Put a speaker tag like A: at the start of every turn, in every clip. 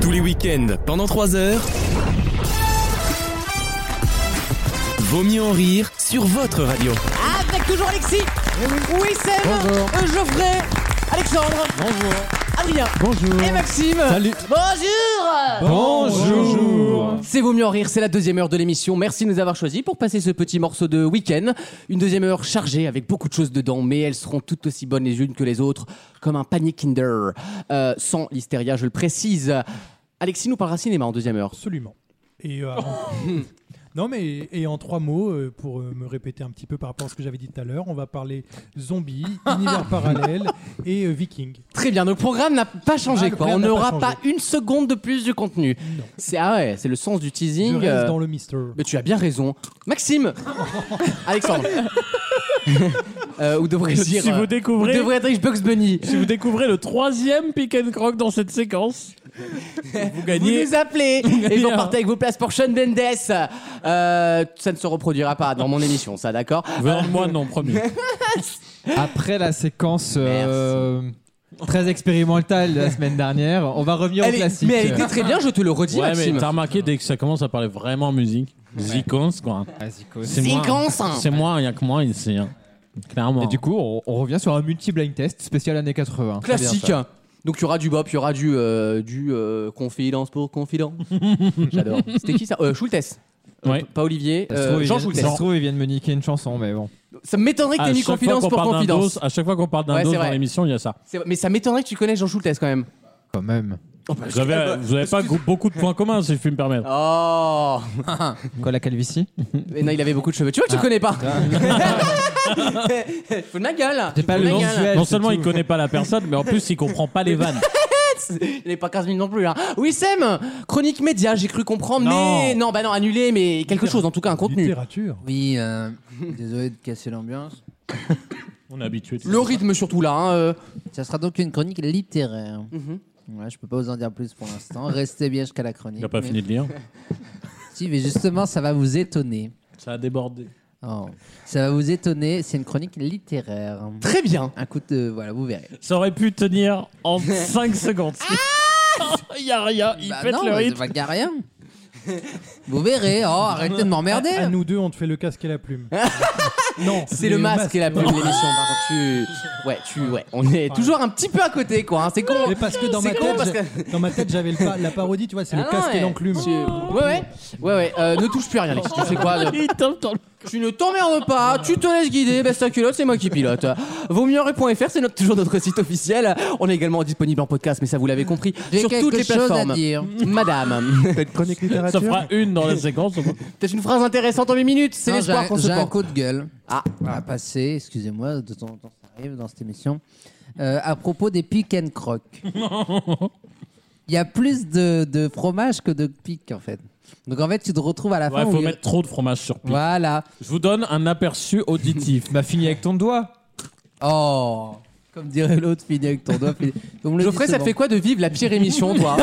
A: Tous les week-ends, pendant 3 heures. Vaut mieux en rire sur votre radio.
B: Avec toujours Alexis,
C: Eh
B: oui Seb,
D: Bonjour.
B: euh, Geoffrey, Alexandre,
D: Bonjour.
B: Adrien
D: Bonjour.
B: et Maxime.
D: Salut.
B: Bonjour
D: Bonjour.
B: C'est Vaut mieux en rire, c'est la deuxième heure de l'émission. Merci de nous avoir choisis pour passer ce petit morceau de week-end. Une deuxième heure chargée avec beaucoup de choses dedans, mais elles seront toutes aussi bonnes les unes que les autres, comme un panier Kinder. Euh, sans l'hystéria, je le précise. Alexis nous parlera cinéma en deuxième heure.
C: Absolument. Et euh, non, mais et en trois mots, euh, pour euh, me répéter un petit peu par rapport à ce que j'avais dit tout à l'heure, on va parler zombies, univers parallèle et euh, viking.
B: Très bien, donc le programme n'a pas
C: Ah,
B: changé
C: le
B: quoi. On
C: programme n'a pas
B: n'aura
C: changé.
B: pas, une seconde de plus de contenu. C'est ah ouais, c'est le sens du
C: Je
B: teasing.
C: reste
B: euh,
C: dans le mystère.
B: Mais tu as bien raison. Maxime Alexandre Euh, Ou devrais-je dire.
E: Si
B: euh,
E: vous découvrez,
B: devrais-je dire Bugs Bunny
E: si vous découvrez le troisième pick and croc dans cette séquence, vous
B: Vous
E: gagnez.
B: nous appelez et vous
E: Bien.
B: partez avec vos places pour Sean Mendes. Euh, ça ne se reproduira pas dans mon émission, ça, d'accord
E: Vends moi non premier.
D: Après la séquence euh, très expérimentale de la semaine dernière, on va revenir
B: Elle
D: au
B: est-
D: classique.
B: Mais elle était très bien, je te le redis,
E: Ouais, mais
B: Maxime.
E: t'as remarqué dès que ça commence à parler vraiment musique, Zikons quoi.
D: Vas-y, cause.
E: C'est moi.
B: Zikons, hein.
E: C'est moi, il y a que moi ici. hein. Clairement.
D: Et du coup, on, on revient sur un multi-blind test spécial années 80. Très bien,
B: Classique.
D: ça.
B: Donc il y aura du bop, il y aura du, euh, du euh, confidence pour confident. J'adore. C'était qui ça euh, Schultes.
E: ouais.
B: Pas Olivier.
D: Ça se
B: euh,
D: trouve, ils
B: Jean
D: viennent-
B: Schultes.
D: ça se trouve, ils viennent me niquer une chanson, mais bon.
B: Ça m'étonnerait que
E: À
B: t'aies mis
E: chaque fois
B: confidence
E: qu'on
B: pour
E: parle d'un
B: confidence.
E: dos- à chaque fois qu'on parle d'un
B: Ouais,
E: dos
B: c'est
E: dans
B: vrai.
E: l'émission, il y a ça.
B: C'est- Mais ça m'étonnerait que tu connaisses Jean Schultes quand même.
D: Quand même.
E: Vous avez, vous avez pas beaucoup de points communs, si je puis me permettre.
B: Oh
D: Quoi, la calvitie
B: Mais non, il avait beaucoup de cheveux. Tu vois que tu connais pas Faut de ma gueule
D: J'ai pas
B: Faut de
D: le
B: ma
E: non,
D: nom.
B: gueule.
D: visuel,
E: non
D: c'est
E: seulement
D: tout.
E: il connaît pas la personne, mais en plus il comprend pas les vannes.
B: Il n'est pas 15 minutes non plus. Hein. Oui, Sam Chronique média, j'ai cru comprendre, mais. Non, bah non, annulé, mais quelque chose, en tout cas, un contenu.
C: Littérature.
F: Oui, euh, désolé de casser l'ambiance.
E: On est habitué. de ça.
B: Le rythme surtout là. hein, euh.
F: Ça sera donc une chronique littéraire.
B: Mhm.
F: Ouais, je peux pas vous en dire plus pour l'instant. Restez bien jusqu'à la chronique.
E: Il a pas
F: Mais-
E: fini de lire.
F: Si, mais justement, ça va vous étonner.
E: Ça a débordé.
F: Oh. Ça va vous étonner. C'est une chronique littéraire.
B: Très bien.
F: Un coup de. Voilà, vous verrez.
E: Ça aurait pu tenir en 5 secondes. Il y a rien, il
F: Bah
E: pète
F: non,
E: le
F: bah,
E: rythme.
F: c'est pas rien. vous verrez. Oh, arrêtez de m'emmerder.
C: À nous deux, on te fait le casque et la plume. non.
B: C'est le masque et la plume de l'émission, par contre. Tu... Ouais, tu... ouais, on est toujours un petit peu à côté, quoi. hein, C'est con.
C: Mais parce que dans
B: C'est
C: ma
B: con,
C: tête,
B: parce
C: j'ai- dans ma tête, j'avais le pa- la parodie, tu vois, c'est
B: Ah
C: le
B: non,
C: casque
B: ouais.
C: et l'enclume. Ah,
B: Tu- Ouais, ouais, ouais, ouais. euh, ne touche plus à rien, Alexis. Tu sais quoi euh,
E: Il tape dans le-
B: Tu ne t'emmerdes pas, tu te laisses guider, baisse ta culotte, c'est moi qui pilote. Vaut mieux en rire.fr, c'est notre, toujours notre site officiel. On est également disponible en podcast, mais ça vous l'avez compris,
F: J'ai
B: sur
F: quelque
B: toutes les
F: chose
B: plateformes.
F: à dire.
B: Madame,
C: chronique
E: Ça
C: littérature.
E: fera une dans la séquence.
B: peut-être une phrase intéressante en 8 minutes, c'est
F: Non,
B: l'espoir
F: j'ai-
B: qu'on se
F: J'ai un
B: porte.
F: coup de gueule
B: Ah.
F: à passer, excusez-moi, de temps en temps ça arrive dans cette émission, Euh, à propos des pick and croc. Il y a plus de, de fromage que de pic en fait. Donc en fait, tu te retrouves à la
E: Ouais,
F: fin. où
E: faut
F: il-
E: mettre trop de fromage sur pied.
F: Voilà.
E: Je vous donne un aperçu auditif.
D: Bah, finis avec ton doigt.
F: Oh Comme dirait l'autre, fini avec ton doigt. fini- Comme le
B: Geoffrey,
F: dit
B: ça te
F: souvent.
B: fait quoi de vivre la pire émission, toi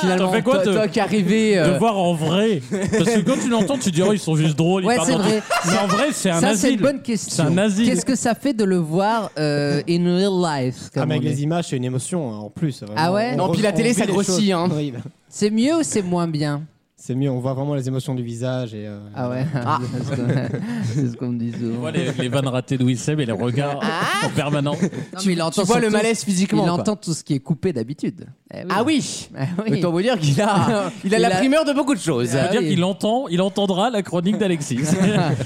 B: Finalement,
E: T'en fais quoi,
B: toi,
E: de-
B: toi qui arrivais.
E: De
B: euh,
E: voir en vrai. Parce que quand tu l'entends, tu dis oh ils sont juste drôles. ils
F: Ouais,
E: parlent
F: c'est
E: dans-
F: vrai.
E: Mais en vrai, c'est un
F: Ça, c'est
E: asile.
F: une bonne question.
E: C'est un asile.
F: Qu'est-ce que ça fait de le voir euh, in real life comme
G: Ah, mais
F: on
G: avec
F: dit
G: les images, c'est une émotion hein, en plus. vraiment.
F: Ah ouais
G: On
B: Non,
G: re-
B: puis la
G: on
B: télé,
G: vit
B: ça
G: les choses.
B: grossit, hein.
G: Oui, bah,
F: C'est mieux ou c'est moins bien
G: C'est mieux, on voit vraiment les émotions du visage. Et, euh,
F: Ah ouais, c'est ce qu'on me dit
E: Tu
F: souvent.
E: vois les, les vannes ratées de Wissem et les regards
F: Ah.
E: en permanent.
F: Non, mais il entend
B: tu vois le
F: surtout-
B: malaise
F: Il
B: physiquement. quoi.
F: entend tout ce qui est coupé d'habitude. Eh
B: Ah oui
F: Ah oui.
B: Autant vous dire qu'il a, il a
F: Il
B: la
F: a-
B: primeur de beaucoup de choses.
E: Ça
F: Ah
E: veut dire
F: oui.
E: qu'il entend, il entendra la chronique d'Alexis.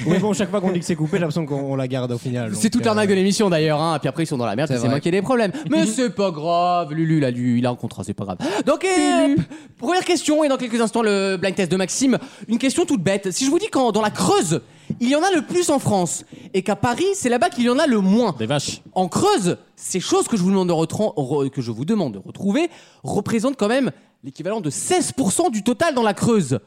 G: Mais bon, chaque fois qu'on dit que c'est coupé, j'ai l'impression qu'on on la garde au final.
B: C'est
G: donc,
B: toute l'arnaque de l'émission d'ailleurs, hein. puis après ils sont dans la merde,
F: C'est
B: et c'est
F: vrai.
B: moi qui ai des problèmes. Mais c'est pas grave, Lulu, là, lui, il a un contrat, c'est pas grave. Donc, euh, première question, et dans quelques instants le blind test de Maxime, une question toute bête. Si je vous dis qu'en dans la Creuse, il y en a le plus en France, et qu'à Paris, c'est là-bas qu'il y en a le moins.
E: Des vaches.
B: En Creuse, ces choses que je vous demande de, retran- re- que je vous demande de retrouver représentent quand même l'équivalent de 16% du total dans la Creuse.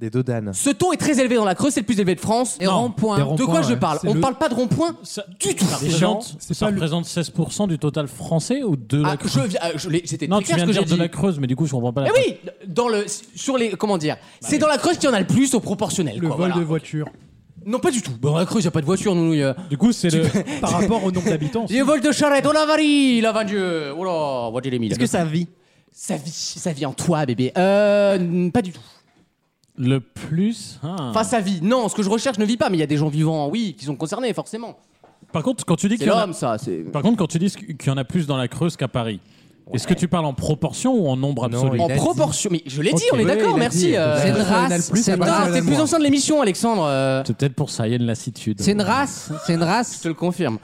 H: Des dodanes.
B: Ce ton est très élevé dans la Creuse, c'est le plus élevé de France.
F: Les
E: Non.
F: ronds-points.
D: Des
B: de
D: ronds-points,
B: quoi je
D: ouais.
B: parle
C: C'est
B: On
C: le-
B: parle pas de rond-point
E: Ça, du tout. Ça
C: Les gens,
E: représente,
C: c'est
E: ça
C: pas le-
E: représente 16% du total français ou de la
B: Ah,
E: Creuse
B: je viens- ah, je l'ai- c'était
E: Non,
B: très
E: tu
B: clair
E: viens
B: ce que
E: de
B: j'ai
E: dire de
B: dit.
E: la Creuse, mais du coup, je comprends pas la
B: Eh oui, dans le sur les comment dire, c'est dans la Creuse qu'il y en a le plus au proportionnel.
C: Le
B: quoi,
C: vol
B: voilà.
C: de voiture.
B: Non pas du tout. Bon, dans la Creuse, il y a pas de voiture, nous. il y a-
E: Du coup, c'est le.
C: Par rapport au nombre d'habitants.
B: Les vols de charrette, on avarie, la van Dieu. Oh là, voiture des mille.
G: Est-ce que ça vit
B: Ça vit, ça vit en toi, bébé. Euh, n- pas du tout.
E: Le plus. ah.
B: Enfin, ça vit. Non, ce que je recherche ne vit pas, mais il y a des gens vivants, oui, qui sont concernés, forcément.
E: Par contre, quand tu dis
B: C'est
E: qu'il y en a-
B: l'homme, ça. C'est...
E: par contre, quand tu dis qu'il y en a plus dans la Creuse qu'à Paris, est-ce que tu parles en proportion ou en nombre
G: Non,
E: absolu
G: il
B: En
G: a dit.
B: proportion. Mais je l'ai dit,
G: Ok.
B: on est
G: Oui,
B: d'accord,
G: il a
B: merci.
G: dit.
B: euh,
F: C'est une
G: Euh,
F: race.
G: Plus,
F: C'est une
G: Putain,
B: Putain,
F: race.
B: t'es plus ancien de l'émission, Alexandre. euh,
E: C'est peut-être pour ça, il y a une lassitude.
F: C'est une race. C'est une
B: Je
F: race.
B: te le confirme.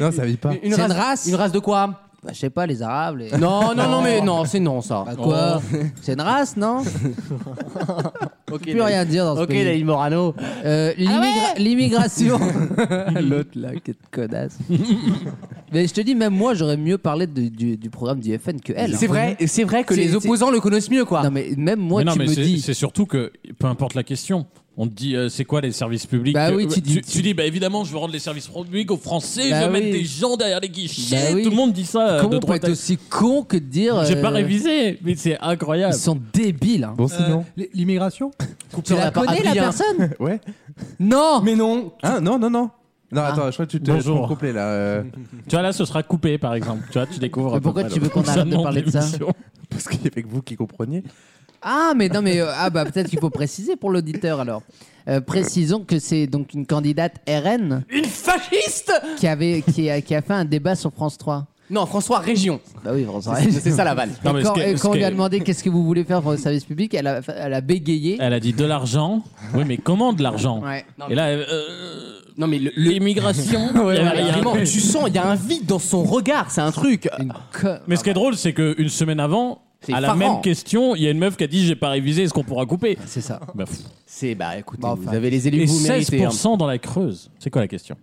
G: Non, ça vit pas.
B: Une
F: C'est
B: race,
F: une race.
B: Une race de quoi
F: Bah, je sais pas, les Arabes. Les...
B: Oh, Non, non, non, mais non, c'est non, ça.
F: Bah, quoi C'est une race, non
B: Ok,
F: Plus
B: David-
F: rien dire dans ce
B: Ok,
F: pays.
B: David Ah Morano.
F: Euh, l'immigra- L'immigration. L'autre là, quelle connasse. Mais je te dis, même moi, j'aurais mieux parlé de- du, du programme du FN que elle. hein. Mhm.
B: C'est vrai, c'est vrai que
F: C'est-
B: les
F: c'est-
B: opposants le connaissent mieux, quoi.
F: Non, mais même moi,
E: mais non,
F: tu
E: mais
F: me
E: c'est-
F: dis.
E: c'est surtout que peu importe la question. On te dit, euh, c'est quoi les services publics
F: Bah
E: Euh,
F: oui, tu dis-
E: tu, dis, bah évidemment, je veux rendre les services publics aux Français,
F: Bah
E: je veux
F: oui.
E: mettre des gens derrière les guichets.
F: Bah oui.
E: Tout le monde dit ça. euh,
F: Comment
E: de
F: on peut
E: droite
F: être
E: à-
F: aussi con que de dire.
E: J'ai pas
F: euh,
E: révisé, mais c'est incroyable.
F: Ils sont débiles. hein.
G: Bon,
C: Euh, l- L'immigration
F: Tu la
B: Coupeur à
F: connais, la
B: parapluie, hein.
F: personne
G: Ouais.
F: Non
B: Mais non
G: Hein, non, non, non. Non, attends, Ah, je crois que tu te
E: Bonjour.
G: trompes complet là. euh,
E: Tu vois, là, ce sera coupé, par exemple. Tu vois, tu découvres.
F: Mais
E: à peu
F: pourquoi
E: près
F: tu veux
E: le-
F: qu'on
E: le
F: arrête de
E: nom
F: parler de ça
E: l'émission.
G: parce qu'il y avait que vous qui compreniez.
F: Ah, mais non, mais euh, ah bah peut-être qu'il faut préciser pour l'auditeur alors. Euh, précisons que c'est donc une candidate RN
B: Une fasciste
F: qui avait qui a, qui a fait un débat sur France 3.
B: Non, François Région.
F: Bah oui, François.
B: C'est c'est ça la vanne.
E: Non, mais
F: Et
E: ce
F: quand,
E: qui est-
F: et
E: ce
F: quand on
E: qui
F: lui a
E: est-
F: demandé qu'est-ce que vous voulez faire pour le service public, elle a, elle a bégayé.
E: Elle a dit de l'argent. Oui, mais comment de l'argent
F: Ouais.
E: Et là, euh,
B: Non, mais le. le-
E: l'immigration. il y a- il y a-
B: Vraiment, tu sens, il y a un vide dans son regard, c'est un truc.
F: Une co-
E: Mais ce qui est drôle, c'est qu'une semaine avant,
B: C'est
E: à la
B: effarant. Ah,
E: même question, il y a une meuf qui a dit J'ai pas révisé, est-ce qu'on pourra couper
F: C'est ça.
E: Bah, pff.
B: C'est, bah écoutez,
F: Bah, enfin.
B: vous avez les élus
E: Et
B: que vous méritez. hein.
E: 16% dans la Creuse. C'est quoi la question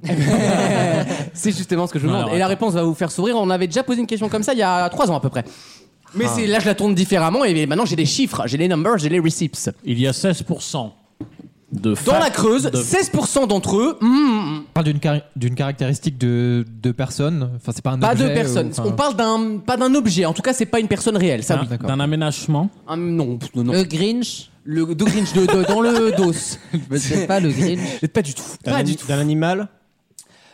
B: C'est justement ce que je vous demande.
E: Alors,
B: Et la
E: attends.
B: réponse va vous faire sourire. On avait déjà posé une question comme ça il y a trois ans à peu près. Mais
F: Ah.
B: c'est là, je la tourne différemment et maintenant j'ai les chiffres, j'ai les numbers, j'ai les receipts.
E: Il y a 16% de
B: Dans
E: femmes.
B: la Creuse,
E: de-
B: 16% d'entre eux, hmm,
D: On parle d'une car- d'une caractéristique de, de personne. Enfin, c'est pas un
B: pas Ah. de
D: objet,
B: personnes.
D: ou- enfin,
B: On parle d'un pas d'un objet. En tout cas, c'est pas une personne réelle. Ça
E: d'un-
B: oui.
D: d'accord.
E: d'un aménagement.
B: Ah, non, pff, non, non.
F: Euh, Le Grinch
B: Le de Grinch de- de- dans le dos.
F: Mais c'est pas le Grinch.
B: Pas du tout. Pas du tout.
G: D'un animal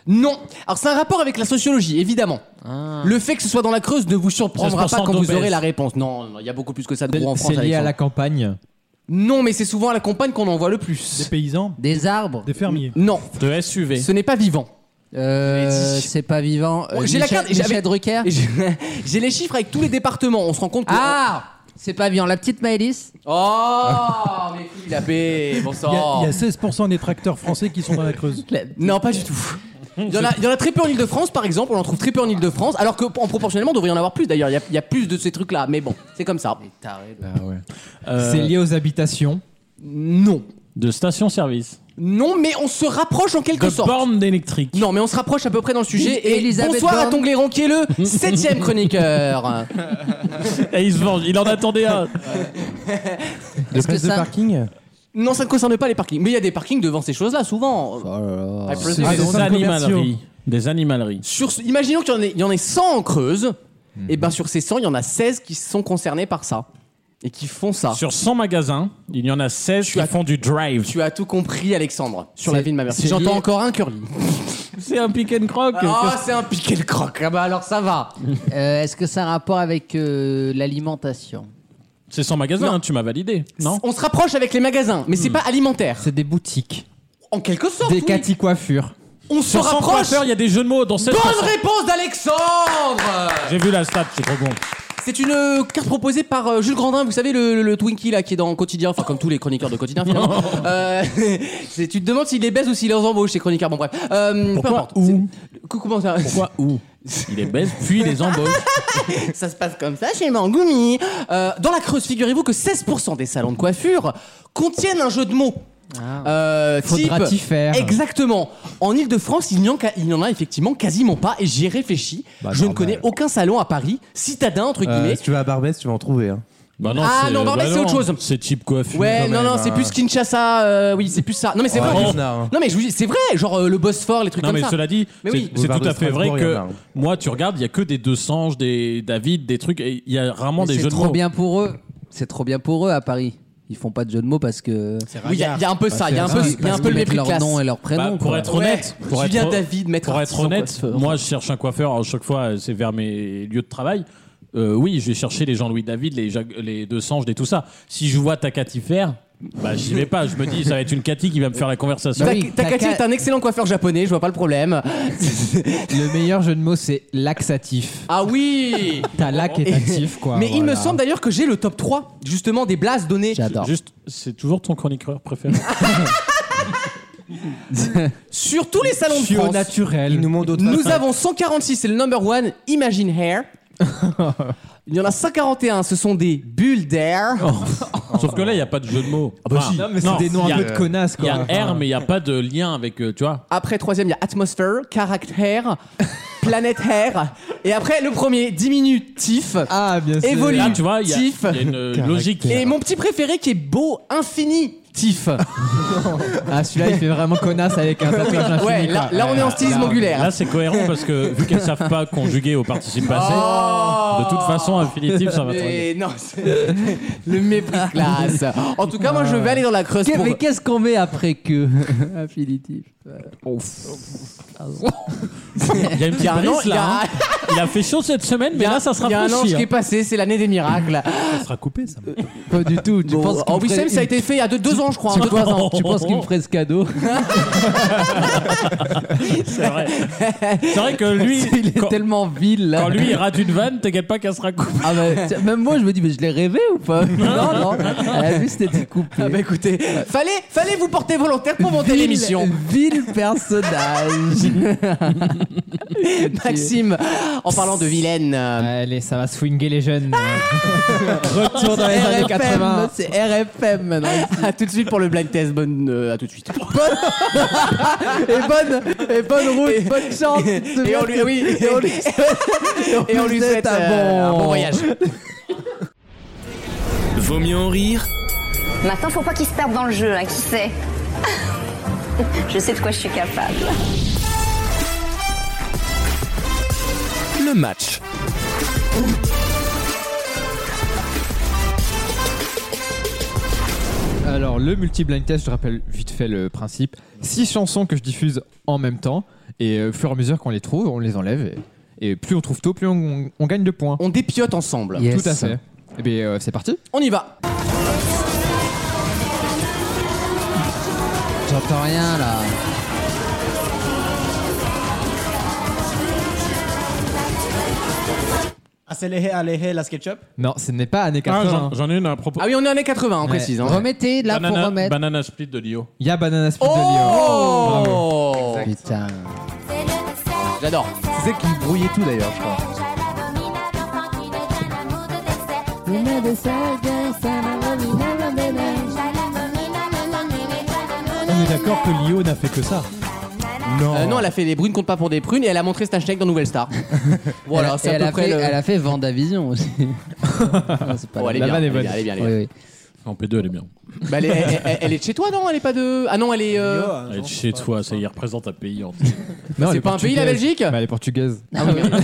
B: Non. Alors c'est un rapport avec la sociologie, évidemment.
F: Ah.
B: Le fait que ce soit dans la Creuse ne vous surprendra pas
E: 16%
B: quand vous
E: d'obèses.
B: aurez la réponse. Non, non, il y a beaucoup plus que ça de gros en France.
D: C'est lié à
B: Alexandre.
D: la campagne.
B: Non, mais c'est souvent à la campagne qu'on en voit le
C: Des
B: plus.
C: paysans
F: Des arbres.
C: Des fermiers
B: Non,
E: De SUV.
B: ce n'est pas vivant.
F: Euh,
B: Mais-
F: c'est pas vivant. Euh,
B: Oh, j'ai la
F: Michel-
B: carte- j'avais-
F: Michel Drucker.
B: Et je- J'ai les chiffres avec tous les départements. On se rend compte que.
F: Ah C'est pas vivant. La petite Maëlys.
B: Oh Mais il a paix, bon
C: Il y, a,
B: sang
C: il y a 16% des tracteurs français qui sont dans la Creuse.
B: Non, pas du tout. Il y, en a, il y en a très peu en Ile-de-France, par exemple. On en trouve très peu en Ile-de-France. Alors que, en proportionnellement, on devrait y en avoir plus d'ailleurs. Il y a- il y, a plus de ces trucs-là. Mais bon, c'est comme ça.
E: Euh,
D: C'est lié aux habitations.
B: Non.
E: de station-service.
B: Non, mais on se rapproche en quelque
E: De
B: sorte.
E: bornes d'électrique.
B: Non, mais on se rapproche à peu près dans le sujet. Et
F: Elisabeth
B: bonsoir à
F: Borne.
B: Tongléron, qui est le septième chroniqueur.
E: Et il se venge. Il en attendait un.
G: De
F: Est-ce que
G: place de
F: ça-
G: parking
B: non, ça ne concerne pas les parkings. Mais il y a des parkings devant ces choses-là, souvent. I presume.
E: Ah, des
C: centres
E: animaleries. Des animaleries.
B: Sur, ce- imaginons qu'il y en ait, il y en ait 100 en Creuse, et ben sur ces 100, il y en a 16 qui sont concernés par ça et qui font ça.
E: Sur 100 magasins, il y en a 16 qui
B: Ah. as-
E: font du drive.
B: Tu as tout compris, Alexandre, sur la
F: C'est-
B: vie de ma mère.
F: c'est
B: J'entends
F: lié-
B: encore un curly.
E: C'est un pick and croc.
B: Ah, c'est un piqué le croc. Ah bah alors ça va.
F: Euh, Est-ce que ça a un rapport avec euh, l'alimentation
E: C'est 100 magasins,
B: Non.
E: hein, tu m'as validé. Non
B: On se rapproche avec les magasins, mais c'est pas alimentaire.
D: C'est des boutiques.
B: En quelque sorte.
D: Des
B: oui.
D: Cathy Coiffure.
B: On se
E: Sur 100
B: rapproche.
E: coiffeurs, il y a des jeux de mots dans cette.
B: Bonne réponse d'Alexandre
E: J'ai vu la stat, c'est trop bon.
B: C'est une euh, carte proposée par euh, Jules Grandin, vous savez, le, le- le Twinkie là qui est dans Quotidien, enfin comme tous les chroniqueurs de Quotidien finalement. Euh, c'est- tu te demandes s'il les baise ou s'il les embauche, ces chroniqueurs, bon bref. Euh, peu
E: Pourquoi
B: importe.
E: ou
B: C'est- Cou- Comment ça
E: Pourquoi ou Il est baise, puis les embauche.
B: Ça se passe comme ça chez Mangoumi. Euh, dans la Creuse, figurez-vous que 16% des salons de coiffure contiennent un jeu de mots. Euh,
D: Faudra-t-y
B: type-
D: Ah. faire
B: Exactement. En Ile-de-France, il n'y en, ca- il n'y en a effectivement quasiment pas et j'y ai réfléchi.
D: Bah,
B: Je ne
D: normal.
B: connais aucun salon à Paris, citadin entre
G: Euh,
B: guillemets.
G: Si tu vas à Barbès, tu vas en trouver. Hein.
E: Bah
B: Ah
E: c'est-
B: non, Barbès, c'est
E: non,
B: autre chose.
E: C'est type coiffure.
B: Ouais,
G: quand
B: non,
G: même,
D: bah,
B: non, c'est
G: hein.
B: plus Kinshasa, euh, oui, c'est plus ça. Non, mais c'est
G: Ouais,
B: vrai.
G: il y en a, hein.
B: Non, mais je vous dis, c'est vrai, genre euh, le Bosphore, les trucs
E: Non,
B: comme
E: mais
B: ça.
E: cela dit,
B: Mais
E: c'est
B: oui.
E: c'est
G: Boulevard
E: tout à
G: de
E: fait vrai
G: Strasbourg, il y
E: que
G: en a, hein.
E: moi, tu regardes, il y a que des deux sanges, des David, des trucs, et il y a rarement
F: Mais
E: des
F: C'est
E: jeux de
F: trop
E: mots.
F: bien pour eux. C'est trop bien pour eux à Paris. Ils font pas de jeux de mots parce que.
B: Oui, il y, a- il y a un peu Bah, ça, il y a un peu, il y a un peu le
F: mettre
B: mépris de
F: leur
B: classe.
F: nom et leur
E: Bah,
F: prénom.
E: pour
F: quoi.
E: être honnête,
B: Ouais,
E: pour
B: tu viens
E: être,
B: David, maître
E: pour être
B: artisan
E: honnête,
B: coiffeur.
E: moi je cherche un coiffeur à chaque fois, euh, c'est vers mes lieux de travail. euh, oui, je vais chercher les Jean-Louis David, les, Jacques- les Deux Sanges et tout ça. Si je vois ta Cathy faire, bah, j'y vais pas. Je me dis, ça va être une Cathy qui va me faire la conversation.
F: Bah oui,
B: Takati
F: Taka-
B: est un excellent coiffeur japonais, je vois pas le problème.
D: Le meilleur jeu de mots, c'est laxatif.
B: Ah oui
D: T'as lac et actif, quoi.
B: Mais il me
D: voilà.
B: semble d'ailleurs que j'ai le top 3, justement, des blases données.
F: J'adore.
E: Juste, c'est toujours ton chroniqueur préféré.
B: Sur tous les salons de
D: Je suis au
B: France.
D: naturel.
G: nous montre d'autres
B: Nous avons 146, c'est le number one, Imagine Hair. Il y en a 141, ce sont des bulles d'air.
E: Sauf que là, il n'y a pas de jeu de mots. Enfin,
D: Non, bah mais c'est
E: non,
D: des noms
E: il y
D: un
E: a-
D: peu de connasses,
E: Il y
D: quoi.
E: a R, mais il n'y a pas de lien avec, euh, tu vois.
B: Après, troisième, il y a Atmosphere, Caractère, Planète Hair. Et après, le premier, diminutif.
D: Ah, bien sûr.
B: Évolue.
E: Là, tu vois, il y a,
B: Tif.
E: il y a une euh, logique.
B: Et mon petit préféré qui est beau, infinitif.
D: Ah, celui-là, il fait vraiment connasse avec un tatouage infini.
B: Ouais, là,
D: quoi.
B: là, on est en stylisme
D: là, on-
B: angulaire.
E: Là, c'est cohérent parce que vu qu'elles savent pas conjuguer au participe passé,
B: Oh.
E: de toute façon, infinitif, ça va trop vite.
B: Mais non, c'est le mépris de classe. En tout cas, moi, je vais aller dans la creuse
F: Que-
B: pour.
F: Mais qu'est-ce qu'on met après que Infinitif.
E: Il y
B: Il
E: a une
B: y
E: petite
B: a un
E: brise,
B: an- il y
E: là.
B: a-
E: hein. Il a fait chaud cette semaine, mais là, ça sera hein.
B: il y a un ange qui est passé, c'est l'année des miracles.
C: Ça sera coupé, ça.
F: Pas du tout. Tu
B: Bon,
F: penses qu'il
B: en
F: me ferait
B: Wissem, ça a
F: une-
B: été fait il y a deux, deux ans, je crois. hein, deux, trois ans.
F: Tu penses qu'il me ferait ce cadeau
E: C'est vrai. C'est vrai que lui,
F: Il est
E: quand,
F: tellement vil. là.
E: quand lui, il rate une vanne, t'inquiète pas qu'elle sera coupée.
F: Ah bah, tiens, même moi, je me dis, mais je l'ai rêvé ou pas Non, non. Elle a juste été coupée.
B: Ah bah écoutez, fallait, fallait vous porter volontaire pour monter
F: Vil-
B: l'émission.
F: Vil personnage.
B: Maxime, en parlant de vilaine. euh,
D: Allez, ça va swinguer les jeunes. Retour dans les années
F: RFM,
D: 80.
F: c'est RFM maintenant.
B: à tout de suite pour le blind test. Bonne, euh, à tout de suite.
F: Et bonne, et bonne route, bonne chance.
B: Et on lui, oui, et on lui, et on lui souhaite euh, un bon voyage.
A: Vaut mieux en rire
H: Maintenant, faut pas qu'ils se perdent dans le jeu, hein, qui sait Je sais de quoi je suis capable.
A: le match.
D: Alors, le multi-blind test, je rappelle vite fait le principe. Six chansons que je diffuse en même temps. Et euh, au fur et à mesure qu'on les trouve, on les enlève. Et, et plus on trouve tôt, plus on, on gagne de points.
B: On dépiote ensemble.
F: Yes.
D: Tout à fait. Et bien, euh, c'est parti.
B: On y va.
F: J'entends rien là.
G: Ah, c'est les haies, ah, les haies, la SketchUp
D: Non, ce n'est pas années
E: Ah,
D: 80.
E: j'en- J'en ai une à propos.
B: Ah oui, on est années 80, on
D: Ouais.
B: précise. hein.
F: Remettez, là, pour
E: Banana,
F: remettre.
E: Banana Split de Lio.
D: Il y a Banana Split de Lyon. euh. Bravo.
B: Oh
F: Putain.
B: J'adore.
F: C'est qui brouillait tout d'ailleurs, je crois.
C: On est d'accord que Lio n'a fait que ça.
B: Euh, non, elle a fait les brunes comptent pas pour des prunes et elle a montré ce hashtag dans Nouvelle Star.
F: Elle
B: voilà,
F: a-
B: c'est à
F: elle
B: peu
F: a
B: près.
F: fait-
B: le-
F: Elle a fait Vendavision aussi. Non, c'est pas
B: Oh, elle est
D: La
B: bien,
D: vanne
B: elle
D: est
B: est bien,
D: bonne.
B: elle est bien, elle est
F: Oui,
B: bien.
F: oui.
E: En P2, elle est bien.
B: Bah, elle, est, elle- elle- elle est de chez toi, non Elle est pas de. Ah non, elle est. euh,
E: Elle est chez toi, ça y est, représente un pays entier.
D: Non, elle
B: C'est
D: est
B: pas un pays, la
D: portugaise.
B: Belgique
D: Mais Elle est portugaise.
B: Ah oui, mais-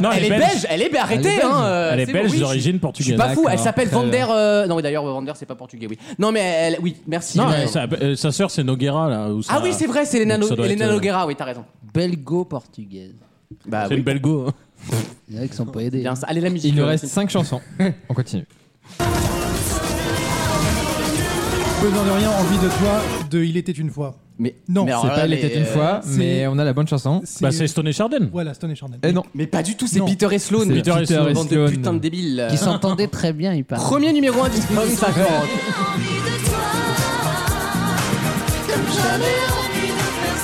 E: Non,
B: Elle est belge, elle est belge,
F: Elle est
B: arrêtez
F: belge.
B: hein, euh,
E: Elle est
B: c'est
E: belge
B: bon, oui, je-
E: d'origine
B: Je suis
E: portugaise.
B: pas fou, elle
D: D'accord,
B: s'appelle
D: très
B: Van
D: bien.
B: der. euh, Non, mais d'ailleurs, Van der, c'est pas portugais, oui. Non, mais elle. Oui, merci.
E: Non,
B: elle-
E: elle- sa, euh, sa sœur, c'est Noguera, là. où ça-
B: Ah oui, c'est vrai, c'est les
E: Donc,
B: nano-
E: ça doit
B: les
E: être,
B: Nanoguera, oui, t'as raison.
F: Belgo-portugaise.
B: Bah
E: C'est
B: oui,
E: une belgo. hein.
F: Il y en a qui sont pas aidés.
B: bien ça. Allez, la musique.
D: Il nous
B: euh,
D: reste 5 chansons. On continue.
B: Oh
C: Besoin de rien, envie de toi, de Il était une fois.
B: Mais
C: Non,
B: mais
C: c'est
B: alors
D: C'est
B: là,
D: pas Elle
B: les-
D: était une fois,
C: c'est-
D: mais on a la bonne chanson.
E: Bah, c'est Stone et Chardin.
C: Voilà, Stone et Chandel.
D: Et non.
B: Mais pas du tout, c'est
C: Non.
B: Peter et Sloan.
D: C'est
E: Peter et Sloan.
B: Bande de
D: Sloan.
B: putain de débiles.
F: Qui s'entendaient très bien, il paraît.
B: Premier numéro 1 du Top 50.
E: Ils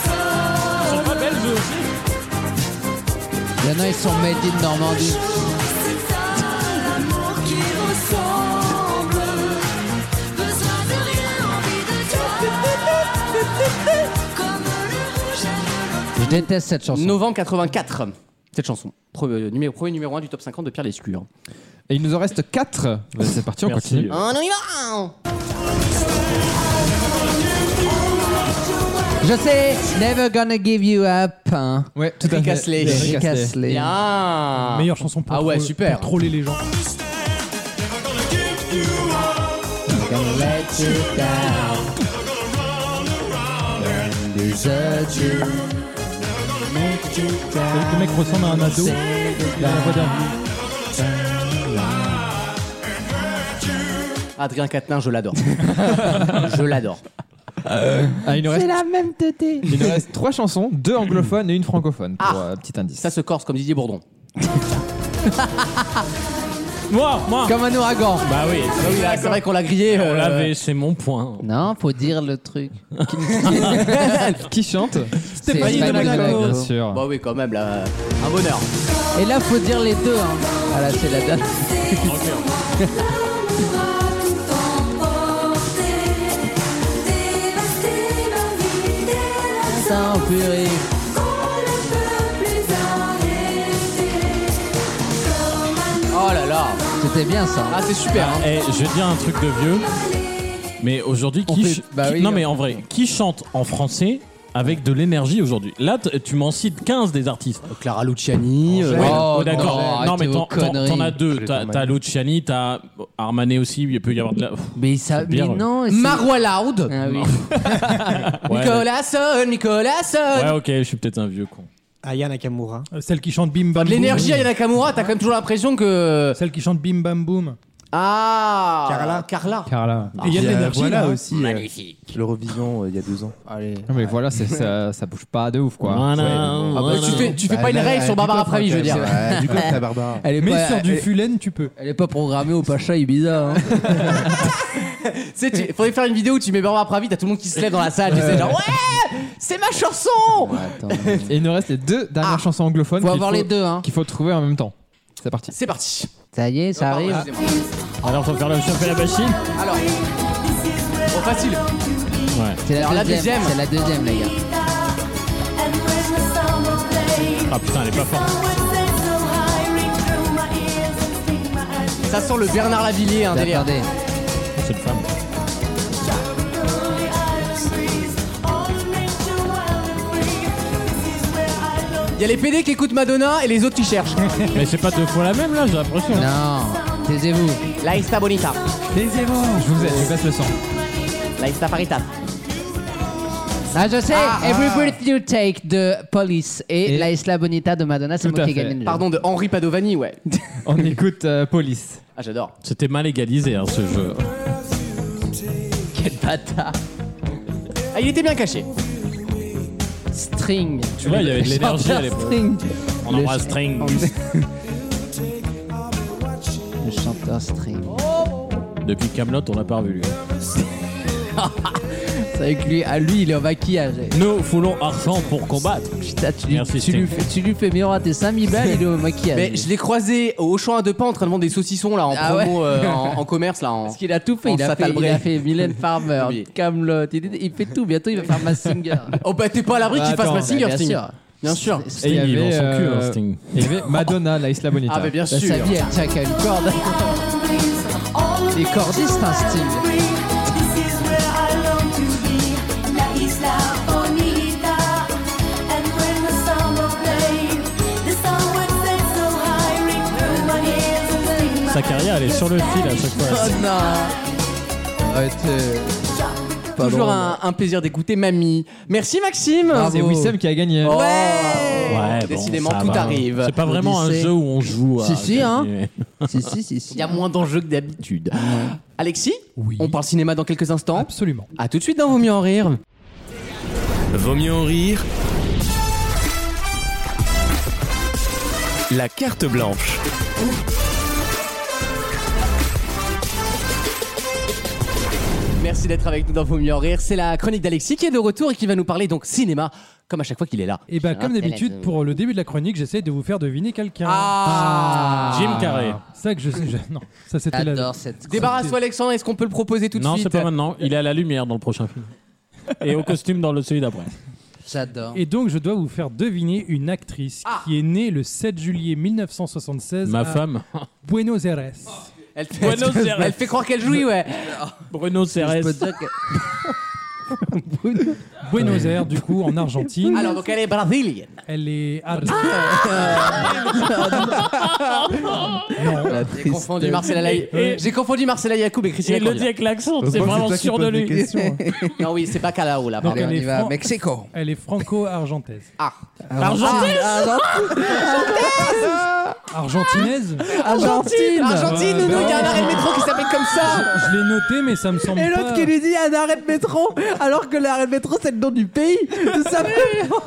E: sont pas belges, eux Ah, aussi
F: Il y en a, ils sont made in Normandie. Je déteste cette chanson.
B: Novembre 84. Cette chanson. Premier numéro, premier numéro 1 du top 50 de Pierre Lescure.
D: Et il nous en reste 4. C'est parti, on
E: Merci. Bah
D: continue.
B: On y va
F: Je sais, Never Gonna Give You Up. hein.
D: Ouais, tout à
B: Rick
D: fait.
B: Astley.
D: Rick
F: Rick
D: Astley.
F: Astley.
B: Bien
C: Meilleure chanson pour,
B: Ah ouais,
C: tro-
B: super.
C: pour troller les gens.
F: Gonna let you down. Don't desert you. Make you
C: Le mec ressemble à un ado.
F: down.
C: Il a la voix d'un-
B: Adrien Quatennin, je l'adore. je l'adore.
D: Ah, il nous reste,
I: la même tétée.
D: il nous reste trois chansons, deux anglophones et une francophone pour
B: Ah.
D: euh, petit indice.
B: Ça se corse comme Didier Bourdon.
E: Moi, moi
F: Comme un ouragan.
E: Bah oui,
B: Hein c'est vrai qu'on l'a grillé.
E: on
B: euh,
E: l'avait, c'est mon point.
F: Non, faut dire le truc.
D: Qui chante
F: C'est
B: Stéphanie
F: Stéphanie
B: Delacroix.
D: Bien
F: Delacroix.
D: sûr.
B: Bah oui, quand même, là. Un bonheur.
F: Et là, faut dire les deux. Hein. Voilà, c'est la date. Putain, purée.
B: Oh là là.
F: C'était bien ça.
B: Ah, c'est super. hein.
E: Eh, je vais dire un truc de vieux. Mais aujourd'hui,
F: On
E: qui,
F: fait-
E: ch-
F: bah
E: qui-
F: oui,
E: non
F: on-
E: mais en vrai, qui chante en français avec de l'énergie aujourd'hui Là, t- tu m'en cites 15 des artistes.
B: Clara Luciani. euh,
E: Ouais,
F: Oh,
E: oh, d'accord.
F: non,
E: Non, mais
F: arrêtez
E: t'en-
F: vos
E: t'en
F: conneries.
E: t'en as deux. T'as t'as Luciani, t'as Armanet aussi. Il peut y avoir de la.
F: Mais ça, mais
E: bien, ouais.
F: non. c'est-
B: Marois Loud.
F: Ah oui.
E: Ouais,
B: Nicolas Son, Nicolas Son.
E: ouais, ok, je suis peut-être un vieux con.
G: Aya Nakamura.
C: Euh, Celle qui chante Bim Bam
B: De
C: Boum.
B: l'énergie à Nakamura, t'as quand même toujours l'impression que.
C: Celle qui chante Bim Bam Boum.
B: Ah
G: Carla.
B: Carla.
D: Carla.
C: Et il y a de l'énergie
J: voilà
C: là.
J: aussi. Magnifique. L'Eurovision euh, il y a deux ans.
D: Non, mais voilà, c'est- ça, ça bouge pas de ouf quoi.
E: Voilà,
D: Ouais.
B: Ah bah, tu fais, tu fais pas une règle sur Barbara Pravi, je veux dire.
J: Ouais, du coup, c'est la Barbara.
F: Elle est
C: Mais
F: pas,
C: sur du
F: elle,
C: Fulen, tu peux.
F: elle est pas programmée au Pacha Ibiza. Hein.
B: Tu sais, tu- faudrait faire une vidéo où tu mets Barbara Pravi, t'as tout le monde qui se lève dans la salle, tu sais, genre ouais, c'est ma chanson.
F: Attends.
D: Et il nous reste les deux dernières
B: Ah.
D: chansons anglophones
F: Faut
D: qu'il
F: avoir les deux. Hein.
D: qu'il faut trouver en même temps. C'est parti.
B: C'est parti.
F: Ça y est, ça
B: Ah, Pardon,
F: arrive.
B: excusez-moi.
E: Alors, faut faire le chauffer la machine
B: Alors, oh facile.
F: C'est la,
B: Alors, la
F: deuxième.
B: deuxième.
F: C'est la deuxième, les gars.
E: Ah putain, elle est pas forte.
B: Ça sent le Bernard Lavillier, un délire.
F: Attendez.
E: C'est une femme.
B: Il y a les PD qui écoutent Madonna et les autres qui cherchent.
E: Mais c'est pas deux fois la même là, j'ai l'impression.
F: Non, taisez-vous.
B: La Esta Bonita,
D: Je vous aide, je vous passe le sang.
B: la Esta Parita.
F: Ah, je sais. Every breath you take de Police et,
D: Et-
F: La Isla Bonita de Madonna, c'est
D: Tout
F: moi
D: à
F: qui ai
D: fait.
F: gagné le jeu.
B: Pardon, de Henri Padovani, ouais.
D: On écoute euh, Police.
B: Ah, j'adore.
E: C'était mal égalisé hein, ce jeu.
F: Quel bâtard.
B: Ah, il était bien caché.
F: String.
E: Tu vois, il y avait de l'énergie à
F: Chanteur
E: l'époque.
F: String.
E: On embrasse String.
F: Le chanteur String.
E: Depuis Camelot, on l'a pas revu lui.
F: C'est avec lui. À lui, il est en maquillage.
E: Nous voulons argent pour combattre.
F: Putain, tu, lui-
E: Merci,
F: tu, lui,
E: Sting.
F: fais, tu lui fais miroiter 5000 balles, il est au maquillage.
B: Mais je l'ai croisé au Auchan à deux pas en train de vendre des saucissons là en
F: Ah
B: promo, euh, en, en commerce là. En...
F: Parce qu'il a tout fait.
B: En
F: Il a fait,
B: Fatal
F: il a
B: Break.
F: fait Mylène Farmer,
B: Oui.
F: Camelot. Il, il fait tout. Bientôt, il va faire Massinger.
B: Oh bah t'es pas à l'abri qu'il fasse
D: Attends,
B: ma singer,
F: bien
B: Sting.
F: sûr.
B: Bien sûr.
D: Et il y
E: Sting, il vend
D: avait,
E: son cul,
D: euh,
E: hein, Sting.
D: Il y avait Madonna, la Isla Bonita.
B: Ah bah bien
F: Bah,
B: sûr.
F: sa vie, elle tient qu'à une corde. Les cordistes, un style.
E: Sa carrière, elle est sur le fil à chaque fois. euh,
B: Toujours un, un plaisir d'écouter Mamie. Merci Maxime.
D: C'est
F: Bravo. Oh.
D: Wissem qui a gagné.
B: Ouais.
E: Ouais, bon,
B: Décidément
E: ça
B: tout
E: va.
B: arrive.
E: C'est pas vraiment un
F: Odyssée.
E: jeu où on joue. à
F: Si, si, hein.
E: gagner.
F: si, si, si, si.
B: Il y a moins d'enjeux que d'habitude. Alexis,
C: Oui.
B: on parle cinéma dans quelques instants.
C: Absolument.
B: À tout de suite dans Vaut mieux en rire.
A: Vaut mieux en rire. La carte blanche.
B: Merci d'être avec nous dans Vaut mieux en rire. C'est la chronique d'Alexis qui est de retour et qui va nous parler donc cinéma comme à chaque fois qu'il est là.
C: Et bah, comme
F: rappelle
C: d'habitude,
F: que-
C: pour le début de la chronique, j'essaie de vous faire deviner quelqu'un.
B: Ah,
E: Jim Carrey.
C: Ça que je sais. je- Non, ça c'était la.
F: J'adore cette
B: Débarrasse-toi Alexandre, est-ce qu'on peut le proposer tout de
E: Non,
B: suite
E: c'est pas maintenant. Il est à la lumière dans le prochain film. Et au costume dans le celui d'après.
F: J'adore.
C: Et donc, je dois vous faire deviner une actrice qui est née le 7 juillet 1976
E: Ma
C: à
E: femme.
C: Buenos Aires.
B: Elle fait,
E: Buenos Aires.
B: elle fait croire qu'elle jouit, ouais.
E: Bruno Ceres.
F: Je peux te dire que-
C: Buenos Aires, du coup, en Argentine.
B: Alors, donc elle est brésilienne.
C: Elle est. ar-
B: J'ai confondu Marcela Laï-
E: Et-
B: J'ai confondu Marcela Yacoub et Christina
E: Il le
B: Cordula.
E: dit avec l'accent, c'est vraiment sûr de lui.
J: hein.
B: Non, oui, c'est pas Calao, là.
C: Donc,
B: pardon.
F: Allez, on
C: elle
F: y
C: est,
F: va.
C: fran-
F: Mexico.
C: elle est franco-argentaise.
B: Ah.
E: Argentin
F: Ah,
C: Argentinaise
B: Argentine Argentine,
C: Ouais,
B: Nounou,
C: bah
B: il y a un
C: ouais.
B: arrêt de métro qui s'appelle comme ça
C: Je l'ai noté, mais ça me semble
F: Et
C: pas-
F: l'autre qui lui dit un arrêt de métro, alors que l'arrêt de métro c'est le nom du pays. Tout simplement.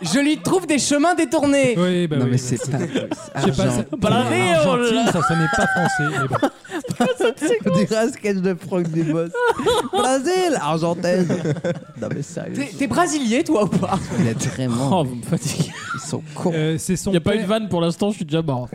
B: Je lui trouve des chemins détournés
C: Oui, bah
F: non
C: oui,
F: mais
C: oui.
F: c'est pas.
C: Je sais pas, ça- Argentine, ça sonnait pas français. mais bon.
F: Des sketch de Franck Dubos. Brésil, Argentine. Non mais sérieux.
B: T'es t'es brésilien, toi, ou pas
F: Il est vraiment.
E: Oh, vous me fatiguez.
F: Ils sont cons.
C: Euh, c'est son
E: Il n'y a pas eu
C: père-
E: de vanne pour l'instant, je suis déjà mort.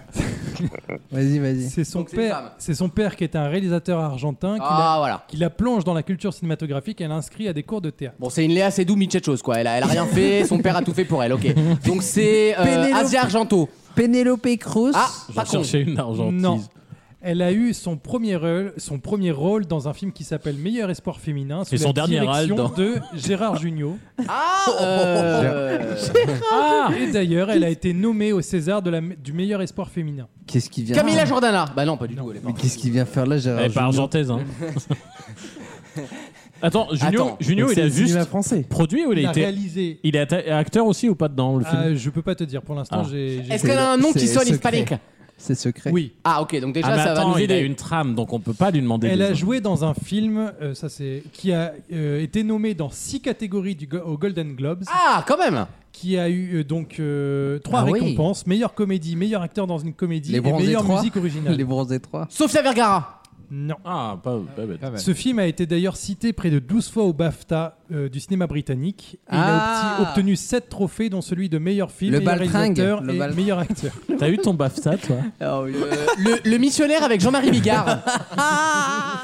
F: Vas-y, vas-y.
C: C'est son
B: Donc c'est une femme.
C: père. C'est son père qui est un réalisateur argentin qui,
B: Ah, voilà.
C: la, qui la plonge dans la culture cinématographique. Et elle l'inscrit à des cours de théâtre.
B: Bon, c'est une Léa Seydoux Michechos, quoi. Elle a, elle a rien fait, son père a tout fait pour elle, ok. Donc c'est euh,
F: Pénélope.
B: Asia Argento.
F: Penelope Cruz.
B: Ah,
E: J'en
B: pas con.
E: cherchais une argentise.
C: Non. Elle a eu son premier rôle, son premier rôle dans un film qui s'appelle Meilleur espoir féminin sous
E: Et
C: la
E: son dernier
C: direction
E: rôle dans-
C: de Gérard Jugnot.
B: Ah euh,
E: Ah.
C: et d'ailleurs, elle a été nommée au César de la, du meilleur espoir féminin.
F: Qu'est-ce qu'il vient
B: Camila Jordana Bah non, pas du tout, elle est
F: Mais
B: morte.
F: qu'est-ce qu'il vient faire là, Gérard
E: Elle est pas
F: Jugnot
E: argentaise. Hein. Attends, Junio,
B: Attends.
E: Junio, il a juste
J: cinéma français.
E: produit ou il
C: Elle
E: a
C: a
E: été.
C: réalisé.
E: Il est atta- acteur aussi ou pas dans le film
C: Ah, je peux pas te dire pour l'instant.
E: Ah.
C: j'ai- j'ai-
B: Est-ce qu'elle a un nom qui
F: C'est
B: sonne
F: secret.
B: hispanique
F: C'est secret.
C: Oui.
B: Ah, ok, donc déjà,
E: Ah, mais
B: ça
E: attends,
B: va nous
E: il a
B: aider.
E: une trame, donc on peut pas lui demander.
C: Elle
E: des
C: a
E: autres.
C: joué dans un film, euh, ça c'est, qui a euh, été nommé dans six catégories du, go- au Golden Globes,
B: Ah, quand même
C: qui a eu euh, donc euh, trois
F: Ah oui.
C: récompenses meilleure comédie, meilleur acteur dans une comédie
F: Les
C: et
F: bronzés
C: meilleure
F: trois.
C: musique originale.
F: Les bronzés 3.
B: Sofia Vergara
C: Non.
E: Ah, pas, pas bête.
D: Pas mal.
C: Ce film a été d'ailleurs cité près de 12 fois au BAFTA euh, du cinéma britannique. Et
F: Ah.
C: Il a obti- obtenu 7 trophées, dont celui de meilleur film,
F: Le
C: meilleur
F: baltringue.
C: réalisateur
F: Le
C: et
F: bal-
C: meilleur acteur.
E: T'as eu ton BAFTA, toi
B: Euh, le, le missionnaire avec Jean-Marie Bigard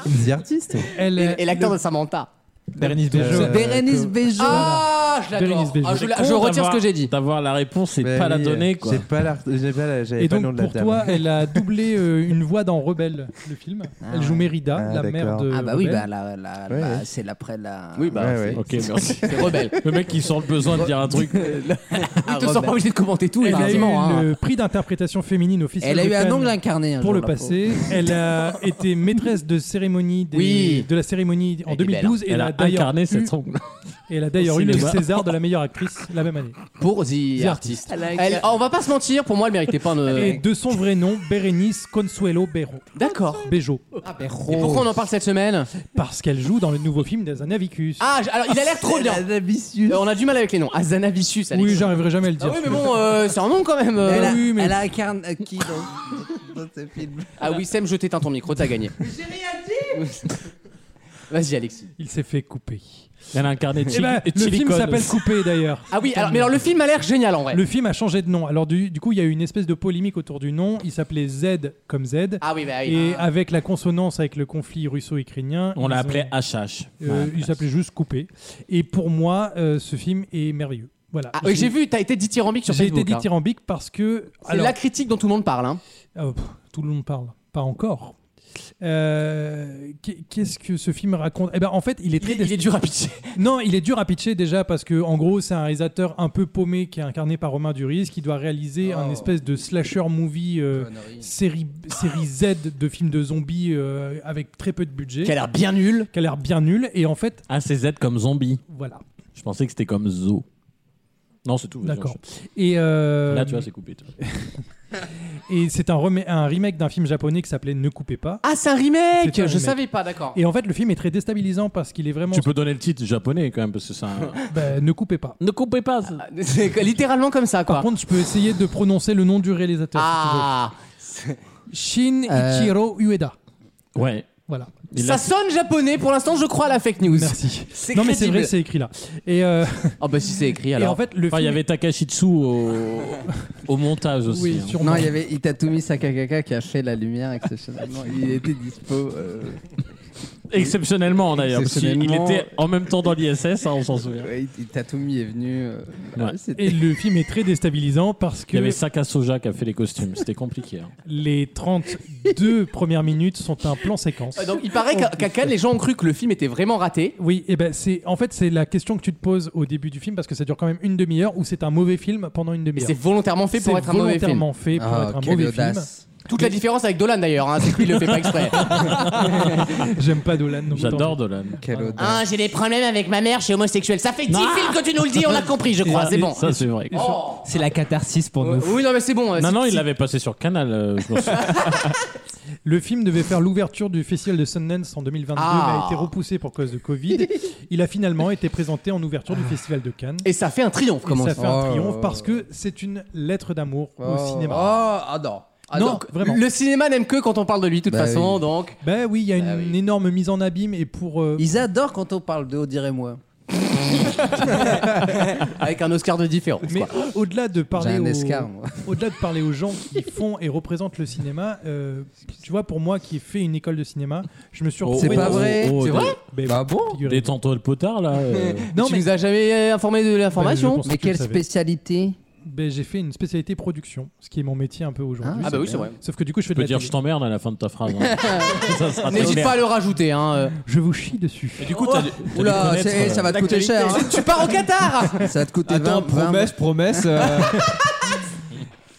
J: Des artistes.
C: Elle
B: et,
C: est
B: et l'acteur de Samantha.
J: Bernice
C: Bejo. Euh,
F: Bérénice Bejo.
B: Ah, je l'adore.
C: Bérénice Bejo.
B: Ah, je, la-
E: Con
B: je retire ce
E: d'avoir-
B: que j'ai dit.
E: D'avoir la réponse et de pas la donner,
C: euh,
E: quoi.
J: euh, J'ai pas la, j'ai pas la, j'avais
C: Et
J: pas le
C: donc
J: nom de la
C: pour
J: dame.
C: toi, elle a doublé euh, une voix dans Rebelle, le film. elle joue Mérida,
J: Ah,
C: la mère
J: d'accord.
C: de
F: Ah bah oui,
C: Rebelle.
F: bah, la, la,
J: Ouais,
F: bah,
J: ouais.
F: c'est l'après la.
B: Oui, bah,
J: Ouais,
B: c'est-
J: ouais.
E: Ok, merci.
B: c'est rebelle.
E: Le mec, il sent le besoin de dire un truc.
B: Ils te sont pas obligés de commenter tout,
C: Elle a eu
B: effectivement. hein.
C: le prix d'interprétation féminine officiel.
F: Elle a
C: de
F: eu un
C: Cannes
F: ongle incarné. un
C: Pour
F: jour,
C: le
F: la
C: passé, elle a été maîtresse de cérémonie des-
B: Oui.
C: de la cérémonie en
B: Elle est belle,
C: 2012 et
E: Elle
C: elle
E: a
C: a d'ailleurs
E: incarné
C: eu,
E: cette ongle.
C: et elle a d'ailleurs
E: au
C: eu le
E: cinéma.
C: César de la meilleure actrice la même année.
B: Pour The Artist. Elle- oh, on va pas se mentir, pour moi, elle méritait pas euh,
C: Et
B: de.
C: de son vrai nom, Bérénice Consuelo Berro.
B: D'accord.
C: Bejo,
B: Et pourquoi on en parle cette semaine
C: parce qu'elle joue dans le nouveau film des Anavicus.
B: Ah, j- alors il a l'air trop bien. Euh, on a du mal avec les noms. Azanavicius, Alex.
C: oui, j'arriverai jamais à le
B: Ah
C: dire.
B: oui, mais bon, euh, c'est un nom quand même. euh.
F: Elle a,
C: oui, mais-
F: elle a incarné euh, qui dans, dans ce film
B: Ah oui, Sam, je t'éteins ton micro, t'as gagné. J'ai rien dit Vas-y, Alexis.
C: Il s'est fait couper.
E: Elle a incarné
C: Eh
E: Chili,
C: ben, le
E: Chili
C: film
E: Cone.
C: s'appelle Coupé d'ailleurs.
B: Ah oui, alors, mais alors le film a l'air génial en vrai.
C: Le film a changé de nom. Alors du, du coup, il y a eu une espèce de polémique autour du nom. Il s'appelait Z comme Z.
B: Ah oui, bah oui.
C: Et avec la consonance avec le conflit russo-ukrainien,
E: On l'a
C: ils
E: appelé
C: ont-
E: HH.
C: euh, il s'appelait juste Coupé. Et pour moi, euh, ce film est merveilleux. Voilà.
B: Ah, oui, j'ai vu, t'as été dithyrambique sur
C: J'ai été
B: Facebook. hein.
C: dithyrambique parce que
B: C'est la critique dont tout le monde parle. hein.
C: Ah, pff, tout le monde parle, pas encore. Euh, qu'est- Qu'est-ce que ce film raconte Eh ben, en fait, il est
B: Il,
C: très
B: est, il est dur à pitcher.
C: non, il est dur à pitcher déjà parce que en gros, c'est un réalisateur un peu paumé qui est incarné par Romain Duris qui doit réaliser
B: Oh.
C: un espèce de slasher movie euh, série série Z de films de zombies euh, avec très peu de budget
B: Qui a l'air bien nul.
C: qui a l'air bien nul et en fait,
E: ACZ comme zombie.
C: voilà.
E: Je pensais que c'était comme Zo. Non, c'est tout. vas-y,
C: D'accord.
E: enchaîne.
C: Et euh,
E: Là, tu vois, c'est coupé. tu vois.
C: et c'est un, remake- un remake d'un film japonais qui s'appelait Ne coupez pas.
B: Ah, c'est un
C: C'est
B: remake
C: un
B: Je
C: remake.
B: savais pas, d'accord.
C: Et en fait, le film est très déstabilisant parce qu'il est vraiment
E: Tu peux donner le titre japonais quand même, parce que c'est un.
C: Bah, ne coupez pas.
E: ne coupez pas
B: Ah, C'est littéralement comme ça,
C: Par
B: quoi.
C: contre, je peux essayer de prononcer le nom du réalisateur.
B: Ah
C: si tu veux. Shin
F: Euh.
C: Ichiro Ueda.
E: Ouais.
C: Voilà.
E: Il
B: Ça
E: l'a-
B: sonne japonais pour l'instant, je crois à la fake news.
C: Merci.
B: C'est
C: Non, mais c'est vrai,
B: crédible.
C: c'est écrit là. Et, euh,
B: Oh bah si c'est écrit
C: et
B: alors.
C: en fait, le
E: Enfin, il y
C: film.
E: avait Takashitsu au, au montage aussi.
C: Oui,
E: hein.
C: sûrement.
F: Non, il y avait Itatumi Sakagaka qui a fait la lumière exceptionnellement. Il était dispo. euh,
E: Exceptionnellement d'ailleurs, parce qu'il il
F: Exceptionnellement.
E: était en même temps dans l'ISS, hein, on s'en souvient.
F: ouais, Itatumi est venu. euh,
E: Ouais.
F: c'était-
C: Et le film est très déstabilisant parce
E: Il y avait
C: que
E: Saka Soja qui a fait les costumes, c'était compliqué. hein.
C: les 32 premières minutes sont un plan séquence.
B: Ah, Donc il paraît qu'à qu'à Cannes, les gens ont cru que le film était vraiment raté.
C: Oui, et ben c'est en fait c'est la question que tu te poses au début du film parce que ça dure quand même une demi-heure ou c'est un mauvais film pendant une
B: Et
C: demi-heure.
B: c'est volontairement fait pour
C: C'est
B: être un mauvais film.
C: volontairement fait pour
F: Ah,
C: être un
F: quelle
C: mauvais film.
F: audace.
B: Toute la différence avec Dolan d'ailleurs, hein, c'est que lui il le fait pas exprès.
C: J'aime pas Dolan. donc
E: J'adore Dolan.
J: Quelle odeur.
B: Ah, j'ai des problèmes avec ma mère, je suis homosexuel. Ça fait 10
C: Ah.
B: films que tu nous le dis, on l'a compris,
F: Ah,
B: je crois, c'est bon.
E: Ça, c'est vrai.
B: Oh.
D: Ah,
F: C'est la catharsis pour nous.
B: Oui, non, mais c'est bon. euh,
E: Non,
B: si-
E: non, il
B: si-
E: l'avait passé sur Canal. euh, je m'en souviens.
C: tant pis. Le film devait faire l'ouverture du festival de Sundance en 2022, mais
B: Ah.
C: a été repoussé pour cause de Covid. Il a finalement été présenté en ouverture du festival de Cannes.
B: Et ça fait un triomphe,
C: Et
B: comment
C: ça
B: ça
C: fait un
J: Oh.
C: triomphe parce que c'est une lettre d'amour au cinéma.
F: Oh, ah non.
B: Ah,
C: Non,
B: donc,
C: vraiment.
B: Le cinéma n'aime que quand on parle de lui, de toute
J: Bah
B: façon, donc.
C: Ben oui, il y a une
B: Ah oui.
C: énorme mise en abîme et pour euh,
F: Ils adorent quand on parle de haut, dirais-moi.
B: Avec un Oscar de différence.
C: mais
B: quoi.
C: au-delà de
F: J'ai
C: parler
F: un
C: aux-
F: escar, moi.
C: au-delà de parler aux gens qui font et représentent le cinéma, euh, tu vois pour moi qui ai fait une école de cinéma, je me suis retrouvé
F: C'est pas
C: dans-
F: vrai.
E: Oh,
F: C'est
E: de-
F: vrai
C: Ben,
J: Bah bon
C: figurez-vous.
E: Détends-toi le potard, là. euh.
C: Non,
B: tu
C: mais-
B: nous as jamais euh, informé de
C: Ben, je
B: l'information
C: pense que
F: Mais
C: tu le
F: quelle
C: savais.
F: spécialité
C: Ben, j'ai fait une spécialité production, ce qui est mon métier un peu aujourd'hui.
B: Ah, bah oui, c'est vrai.
C: Sauf que du coup, je fais
E: Tu
C: de
E: peux
C: la
E: dire
C: télé.
E: je t'emmerde à la fin de ta phrase. hein. Ça sera très
B: N'hésite
E: clair.
B: pas à le rajouter. Hein. euh.
C: Je vous chie dessus.
E: Et Du coup, t'as dû- t'as dû
F: Oula,
E: connaître,
F: c'est-
E: euh,
F: ça va te coûter cher. hein.
B: tu pars au Qatar
F: Ça va te coûter
D: Attends,
F: 20, 20
D: promesse, promesse. euh,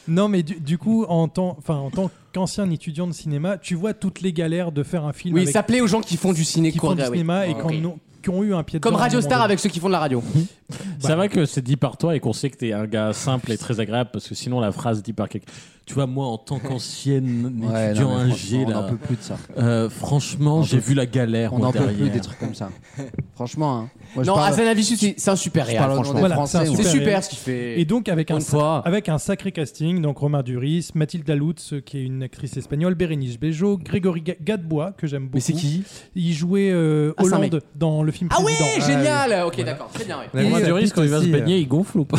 C: Non, mais du, du coup, en tant, enfin, en tant qu'ancien étudiant de cinéma, tu vois toutes les galères de faire un film
B: Oui,
C: avec
B: ça plaît aux gens qui font du ciné
C: qui font du
B: chorégraphe, oui.
C: cinéma et
B: Ok.
C: qui en ont- qui ont eu un pied
B: Comme
C: dedans à un
B: Radio
C: moment
B: Star
C: donné.
B: avec ceux qui font de la radio.
E: Ça va que c'est dit par toi et qu'on sait que t'es un gars simple et très agréable parce que sinon la phrase dit par quelqu'un. Tu vois, moi en tant qu'ancienne
F: Ouais,
E: étudiant
F: non, mais
E: ingé,
F: franchement,
E: là,
F: On n'en peut plus de ça.
E: euh, franchement,
F: On
E: j'ai
F: peut-
E: vu la galère.
F: On
E: moi,
F: n'en peut
E: derrière.
F: plus des trucs comme ça. Franchement, hein. Moi, je
B: non, ah,
F: parle-
B: Hassan Avicius, c'est- c'est un super
F: je
B: réel,
F: parle au nom
B: franchement.
F: des
C: Voilà,
F: Français.
C: c'est un
F: moi.
B: C'est
C: Super réel.
B: super ce qu'il fait.
C: Et donc, avec un,
B: une fois.
C: avec un sacré casting, donc Romain Duris, Mathilde Lutz, qui est une actrice espagnole, Bérénice Bejo, Grégory Ga- Gadebois, que j'aime beaucoup.
B: Mais c'est qui
C: Il jouait euh,
B: Ah, Saint-Mé.
C: Hollande dans le film
B: Ah ouais,
C: Président.
B: génial Ok, d'accord, très bien. ouais.
J: On a vu
E: Moi,
J: sa
E: du risque,
J: bite
E: quand il va se
J: aussi, euh,
E: baigner, il gonfle ou pas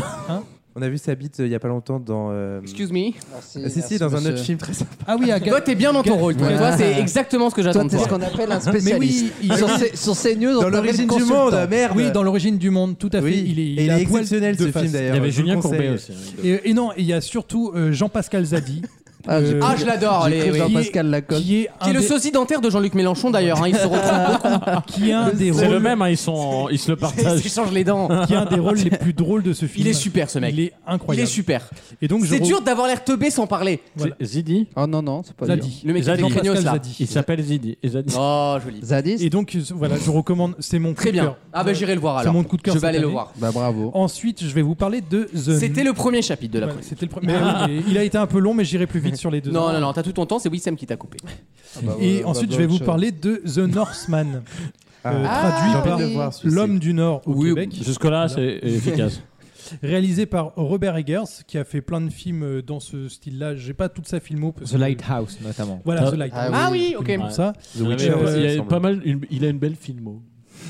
J: On a vu sa bite euh, il y a pas longtemps dans. euh,
B: Excuse me.
F: Merci,
J: Ah, si, si,
F: merci,
J: dans un
F: monsieur.
J: autre film très sympa.
C: Ah oui, à Ga-
B: Toi, t'es bien dans ton rôle. Toi,
F: Ouais.
B: Toi, c'est exactement ce que
F: Toi,
B: j'attends de
F: t'es ce
B: toi.
F: qu'on appelle un spécialiste. sur, C- sur CNews, on
J: Dans
F: t'appelle
J: l'origine du
F: consultant.
J: monde, merde
C: Ah, Oui, dans l'origine du monde, tout à fait.
J: Oui.
C: Il est,
J: Et il
C: a
J: est
C: poil
J: exceptionnel
C: de
J: ce
C: face.
J: film d'ailleurs.
E: Il y avait
J: je vous le
E: Julien
J: conseille.
E: Courbet aussi.
C: Et, et non, il y a surtout euh, Jean-Pascal Zadi.
F: Ah, j'ai-
C: Euh,
B: Ah, je l'adore.
F: J'ai
B: les-
F: cru
B: oui.
C: Jean-
F: Jean-Pascal Lacoste.
C: qui est, un
B: Qui est le
C: des- ah,
B: sosie dentaire de Jean-Luc Mélenchon d'ailleurs. hein, Il se retrouve
C: qui est un des
E: C'est
C: rôles,
E: le même, hein, ils, sont en- ils se le
B: Il
E: partagent.
B: s'échange les dents.
C: qui est un des rôles les plus drôles de ce film.
B: Il est super ce mec.
C: Il est
B: Il est
C: incroyable.
B: super.
C: et donc je
B: C'est
C: re-
B: dur d'avoir l'air teubé sans parler.
C: Voilà.
E: Zidi
F: Oh non, non, c'est pas dur.
C: Zadi.
B: Le mec qui fait
E: Zadi.
B: des craignos,
C: Jean-Pascal
B: là.
C: Zadi.
E: Il s'appelle Zidi. Et Zadi-
B: Oh, joli.
F: Zadis
C: Et donc je- voilà, je recommande. C'est mon coup
B: Très
C: de
B: bien.
C: cœur.
B: Ah bah j'irai le voir
C: C'est
B: alors.
C: mon coup de cœur
B: Je vais
C: cette
B: aller le
C: année.
B: voir.
F: Bah bravo.
C: Ensuite, je vais vous parler de The.
B: C'était le premier chapitre de la
C: Voilà,
B: presse.
C: c'était le premier. Mais oui, mais il a été un peu long, mais j'irai plus vite sur les deux.
B: Non,
C: autres.
B: non, non, t'as tout ton temps, c'est Wissem qui t'a coupé.
F: Bah,
C: Et ensuite, je vais vous parler de The Northman, euh,
F: Ah,
C: traduit
F: j'ai
C: par
F: envie de le
J: voir, celui-ci.
C: L'homme du Nord au
B: Oui,
C: Québec.
E: Jusque-là, c'est efficace.
C: réalisé par Robert Eggers, qui a fait plein de films euh, dans ce style-là. J'ai pas toute sa filmo. parce
D: The
C: que-
D: Lighthouse, notamment.
C: Voilà,
E: Ah,
C: The Lighthouse.
B: Ah oui, ok.
C: Comme ça.
E: Il avait-
C: Witcher aussi,
E: il a
J: il
E: une-
J: semble.
E: pas mal. une- Il a une belle filmo.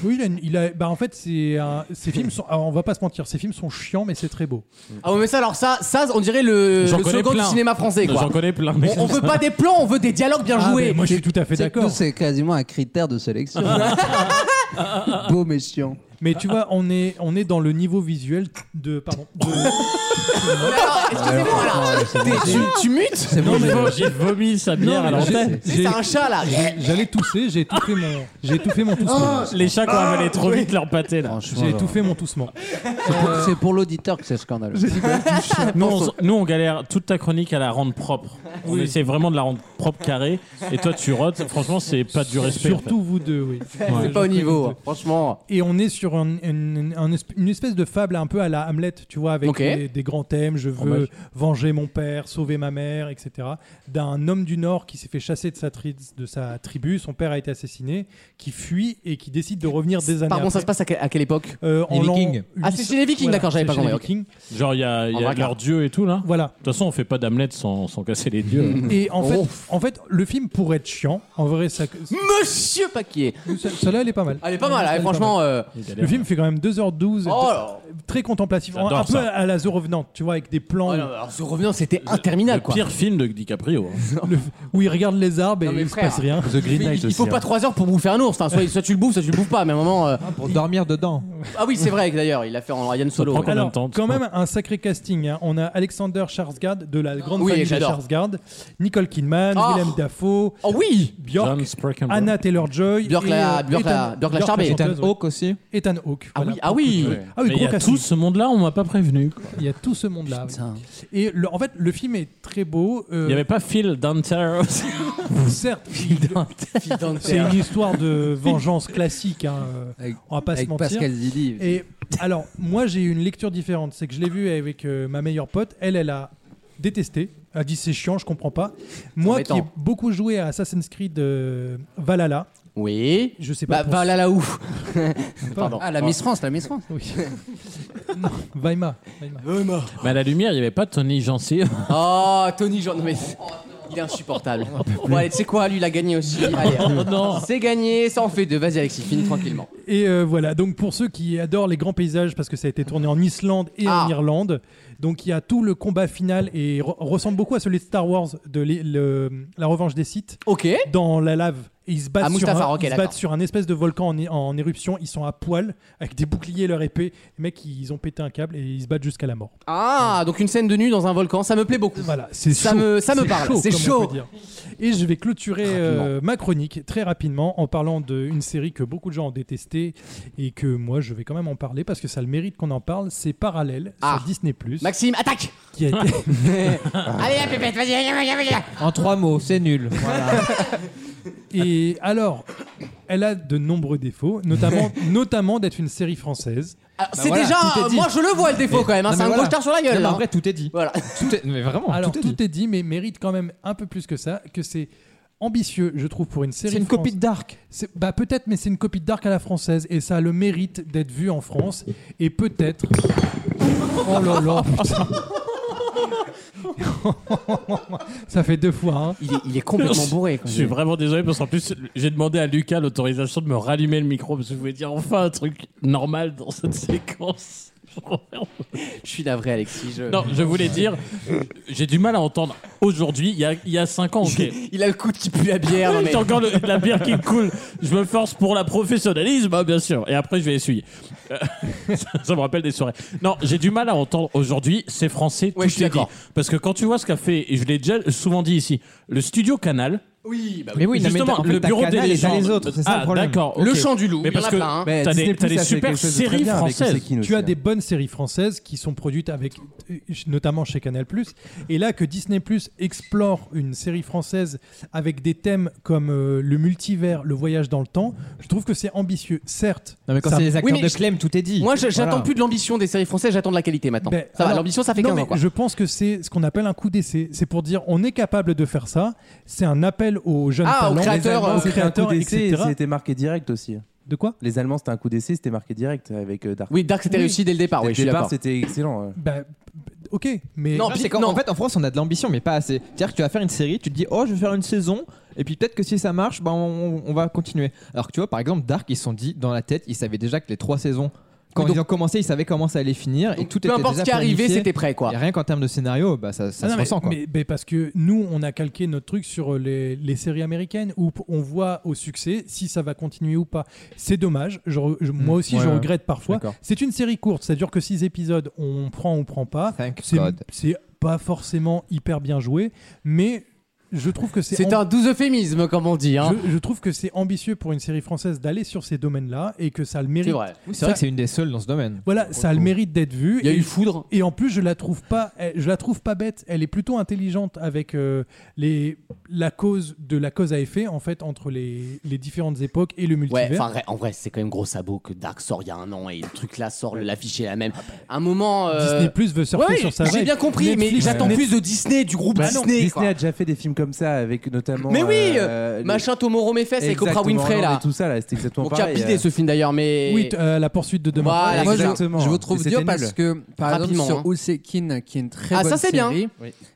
C: Oui, il a, une- il a- bah, en fait, c'est un- ces films sont. Alors, on va pas se mentir, ces films sont chiants, mais c'est très beau.
B: Ah ouais, mais ça, alors ça, ça on dirait le, le
E: J'en connais
B: slogan
E: plein.
B: du cinéma français quoi.
E: J'en connais plein. mais-
B: On, on veut pas des plans, on veut des dialogues bien
C: Ah,
B: joués.
C: ben, moi, je suis tout à fait
F: C'est que nous,
C: d'accord.
F: c'est quasiment un critère de sélection. Beau mais chiant.
C: Mais tu vois, on est, on est dans le niveau visuel de. Pardon. de-
B: Mais alors, excusez-moi là. T'es- Tu, tu mutes
E: Non, mais j'ai vomi sa bière à
C: Non, mais j'ai-
E: l'antenne.
C: j'ai-
B: C'est un chat là.
C: J'allais tousser, j'ai étouffé mon, j'ai étouffé mon toussement.
E: Les chats qui ont avalé trop vite leur pâté là.
F: Franchement,
C: J'ai
F: genre,
C: étouffé mon toussement.
F: c'est pour- c'est pour, l'auditeur que c'est scandaleux.
E: Nous on, s- nous, on galère toute ta chronique à la rendre propre. On essaie vraiment de la rendre propre carrée. Et toi, tu rôtes. Franchement, c'est pas du respect. en fait.
C: Surtout vous deux, oui. Ouais.
B: C'est pas au niveau, hein, franchement.
C: Et on est sur un- une, un esp- une espèce de fable un peu à la Hamlet, tu vois, avec
B: Ok.
C: des, des grands thèmes. Je veux
E: Hommage.
C: venger mon père, sauver ma mère, etc. D'un homme du Nord qui s'est fait chasser de sa, tri- de sa tribu, son père a été assassiné, qui fuit et qui décide de revenir des années
B: Pardon, ça
C: après.
B: se passe à que- à quelle époque
C: Euh,
D: Les
C: en l'an
D: Vikings.
C: 800.
B: Ah, c'est chez les Vikings, d'accord, j'avais
C: c'est
B: pas
C: chez les
B: compris, ok.
C: Vikings.
E: Genre, il y a, il y
B: En
E: a
B: vrac, là.
E: leur dieu et tout là.
C: Voilà.
E: De toute façon, on fait pas d'Hamlet sans, sans casser les dieux.
C: Et en
B: Oh.
C: fait, en fait, le film pourrait être chiant. En vrai, ça,
B: Monsieur Paquier
C: celle-là, elle est pas mal.
B: Elle est pas mal, elle,
C: est
B: franchement. euh,
C: Le film fait quand même 2h12,
B: Oh là.
C: très contemplatif, un
E: J'adore
C: peu
E: ça.
C: à la The Revenant, tu vois, avec des plans
B: Oh, non, alors, ce revenant, c'était interminable
E: le
B: quoi.
E: pire film de DiCaprio. hein.
C: Le- où il regarde les arbres et
B: Non, mais
C: il se
B: frère.
C: passe rien.
J: The Green
B: Il, il faut
C: hein.
B: pas 3 heures pour bouffer un ours. Enfin, soit, soit tu le bouffes, soit tu le bouffes pas. Mais à un moment. euh,
D: Pour dormir dedans.
B: Ah oui, c'est vrai que d'ailleurs, il l'a fait en Ryan Solo.
E: prend
B: ouais.
E: Combien de
C: Alors,
E: temps, tu
C: quand
E: crois
C: même un sacré casting. hein. On a Alexander Skarsgård de la grande
B: Oui,
C: famille des
B: j'adore.
C: Skarsgård, Nicole Kidman,
B: Oh.
C: Willem Dafoe,
B: Oh oui
C: Björk,
E: John Sprackenbrough.
C: Anna Taylor-Joy,
B: Björk
C: et,
B: la-
C: euh,
B: Björk la-
C: Ethan-
B: Björk la
C: Björk
B: Charbet.
C: chanteuse,
D: Ethan Hawke aussi.
C: ouais. Ethan Hawke.
B: Ah
C: voilà.
B: oui, ah oui
C: Ah oui,
E: Mais il y
C: gros
E: a tout tout ce monde-là, on m'a pas prévenu.
C: Il y a tout ce monde-là. oui. Et le- en fait, le film est très beau. euh,
E: Il n'y avait pas Phil Dunter.
C: Certes, c'est une histoire de vengeance classique. hein, euh,
F: Avec-
C: on va pas
F: Avec
C: se mentir.
F: Pascal Zidi.
C: Et alors, moi, j'ai eu une lecture différente. C'est que je l'ai vu avec euh, ma meilleure pote. Elle, elle a détesté. Elle a dit c'est chiant, je comprends pas. Moi, qui ai
B: embêtant.
C: beaucoup joué à Assassin's Creed euh, Valhalla,
B: Oui.
C: je sais
B: Bah,
C: pas.
B: va là là où Pardon.
F: Ah, la Miss France, la Miss France.
C: Vaima.
E: Mais à la lumière, il n'y avait pas Tony Jancy.
B: Oh, Tony Jean, non, mais il est insupportable.
C: Oh,
B: Bon, allez, tu sais quoi, lui, il a gagné aussi. Allez, c'est gagné, ça en fait deux. Vas-y, Alexis, finis tranquillement.
C: Et euh, voilà, donc pour ceux qui adorent les grands paysages, parce que ça a été tourné en Islande et
B: Ah.
C: en Irlande, donc il y a tout le combat final et re- ressemble beaucoup à celui de Star Wars de l'é- le- La Revanche des Sith
B: Ok.
C: dans la lave. Et ils se battent,
B: Ah,
C: sur
B: Mustafar,
C: un,
B: ok,
C: ils se
B: d'accord.
C: battent sur un espèce de volcan en, é- en éruption. Ils sont à poil avec des boucliers et leur épée. Les mecs, ils ont pété un câble et ils se battent jusqu'à la mort.
B: Ah, donc une scène de nu dans un volcan, ça me plaît beaucoup.
C: Voilà, c'est
B: Ça
C: chaud.
B: me- ça me
C: C'est
B: parle,
C: chaud,
B: c'est
C: comme on
B: chaud.
C: peut dire. Et je vais clôturer euh, ma chronique très rapidement en parlant d'une série que beaucoup de gens ont détestée et que moi je vais quand même en parler parce que ça a le mérite qu'on en parle. C'est Parallèle
B: Ah.
C: sur Disney
B: Maxime, attaque
C: qui a été-
B: Allez, la pépette, vas-y, vas-y, vas-y, vas-y.
D: En trois mots, c'est nul.
C: et alors, elle a de nombreux défauts, notamment notamment d'être une série française.
B: Alors, C'est
D: voilà,
B: déjà.
D: tout est dit.
B: Moi, je le vois le défaut quand même, hein,
D: Non,
B: c'est
D: mais
B: un
D: voilà.
B: gros retard sur la gueule.
D: Non, mais
B: là.
D: en vrai, tout est dit.
B: Voilà.
D: Tout est- Mais vraiment,
C: Alors
D: Ah, tout
C: tout,
D: est dit.
C: est dit, mais mérite quand même un peu plus que ça, que c'est ambitieux, je trouve, pour une série.
D: C'est une
C: française.
D: copie de Dark.
C: C'est- Bah peut-être, mais c'est une copie de Dark à la française et ça a le mérite d'être vu en France et peut-être. Oh là là, putain. ça fait deux fois. hein.
B: Il est, il est complètement bourré. Quoi.
E: Je suis vraiment désolé parce qu'en plus, j'ai demandé à Lucas l'autorisation de me rallumer le micro parce que je voulais dire enfin un truc normal dans cette séquence.
B: Je suis navré, Alexis. je-
E: Non, je voulais dire, j'ai du mal à entendre aujourd'hui, il y a, il y a 5 ans, ok.
B: Il a le coude qui pue la bière. non, mais-
E: C'est encore le- la bière qui coule. Je me force pour la professionnalisme, hein, bien sûr. Et après, je vais essuyer. Euh, ça, ça me rappelle des soirées. Non, j'ai du mal à entendre aujourd'hui. C'est français.
B: Ouais,
E: tout
B: je suis
E: est dit.
B: d'accord.
E: Parce que quand tu vois ce qu'a fait, et je l'ai déjà souvent dit ici, le studio Canal.
B: Oui, bah oui.
D: Mais oui, non, mais
E: justement,
D: t'as- en fait,
E: le
D: t'as
E: bureau
D: Canal
E: des
D: et t'as
E: légendes.
D: les autres, c'est ça
E: ah,
D: le problème.
E: D'accord.
B: Le
E: ok.
B: chant du loup,
E: Mais
B: il y en
E: parce
B: a
E: que
B: plein. hein.
J: Mais
E: T'as des-
J: Disney+,
E: t'as des
J: a fait
E: super
J: quelque chose de très
E: séries
J: bien avec
E: françaises.
J: Sekin aussi,
C: Tu as
J: hein.
C: des bonnes séries françaises qui sont produites avec, euh, notamment chez Canal+. Et là que Disney+ explore une série française avec des thèmes comme euh, le multivers, le voyage dans le temps, je trouve que c'est ambitieux. Certes,
D: Non, mais quand
C: ça-
D: c'est les acteurs
B: mais
D: de
B: je-
D: Clem, tout est dit.
B: Moi, je- j'attends
D: Voilà.
B: plus de l'ambition des séries françaises, j'attends de la qualité maintenant.
C: Ben,
B: ça va,
C: alors-
B: l'ambition, ça fait
C: Non,
B: 15
C: mais
B: ans. Quoi.
C: je pense que c'est ce qu'on appelle un coup d'essai. C'est pour dire on est capable de faire ça. C'est un appel aux jeunes
B: Ah, aux
C: talents,
B: créateurs, euh,
C: aux
B: c'était
J: C'était un coup
C: créateurs,
J: d'essai et
C: etc.
J: c'était marqué direct aussi.
C: De quoi
J: Les Allemands, c'était un coup d'essai, c'était marqué direct avec euh, Dark.
B: Oui, Dark, c'était
C: Oui.
B: réussi dès le départ.
J: Dès
B: Oui,
J: le
B: je suis
J: départ,
B: d'accord.
J: c'était excellent. euh. ouais.
C: Bah, ok, mais
B: Non,
D: Là, c'est
B: puis-
D: quand-
B: non.
D: En fait, en France, on a de l'ambition, mais pas assez. C'est-à-dire que tu vas faire une série, tu te dis, oh, je vais faire une saison, et puis peut-être que si ça marche, ben, on, on va continuer. Alors que tu vois, par exemple, Dark, ils se sont dit, dans la tête, ils savaient déjà que les trois saisons, quand
B: Donc-
D: ils ont commencé, ils savaient comment ça allait finir, et
B: Donc,
D: tout
B: peu
D: était
B: importe ce
D: déjà
B: qui arrivait,
D: planifié.
B: c'était prêt, quoi.
D: Et rien qu'en termes de scénario, bah, ça, ça
C: Ah
D: se
C: non, mais-
D: ressent, quoi.
C: Mais, mais parce que nous, on a calqué notre truc sur euh, les, les séries américaines où p- on voit au succès si ça va continuer ou pas. C'est dommage. Je re- je- moi aussi,
D: Mm. ouais,
C: je
D: ouais.
C: regrette parfois.
D: D'accord.
C: C'est une série courte, ça dure que 6 épisodes. On prend ou on prend pas.
D: Thank
C: C'est-
D: God.
C: C'est pas forcément hyper bien joué, mais je trouve que c'est
B: C'est
C: amb-
B: un doux euphémisme, comme on dit. Hein.
C: Je, je trouve que c'est ambitieux pour une série française d'aller sur ces domaines-là et que ça a le
B: C'est
C: mérite.
B: vrai.
D: C'est vrai que c'est une des seules dans ce domaine.
C: Voilà, ça a le mérite d'être vu.
B: Il y a
C: et,
B: eu foudre.
C: et en plus, je la trouve pas, elle- je la trouve pas bête. Elle est plutôt intelligente avec euh, les la cause de la cause à effet en fait entre les, les différentes époques et le
B: Ouais,
C: multivers.
B: enfin, en vrai, c'est quand même gros sabot que Dark sort il y a un an et le truc là sort, l'affiche est la même. Un moment. euh,
C: Disney Plus veut surfer
B: ouais,
C: sur sa
B: j'ai
C: vague.
B: bien compris, mais
C: Netflix- euh,
B: j'attends
C: Netflix-
B: plus de Disney, du groupe
J: Bah non,
B: Disney. quoi.
J: a déjà fait des films comme ça avec notamment.
B: Mais oui,
J: euh, les-
B: Machin Tomorrow Mefes et Oprah
J: Exactement,
B: Winfrey
J: non,
B: là.
J: mais tout ça là, c'était exactement
B: Donc, qui a
J: pareil.
B: bidé
J: euh,
B: ce film d'ailleurs, mais.
C: Oui, t- euh, la poursuite de demain.
B: Voilà,
F: Moi, je,
J: exactement.
F: je vous
J: Et
F: trouve
J: c'était
F: dur
J: nul.
F: parce que, par
B: Rapidement,
F: exemple,
B: hein.
F: sur Usekin, qui est une très
B: Ah,
F: bonne
B: ça, c'est bien.
F: série,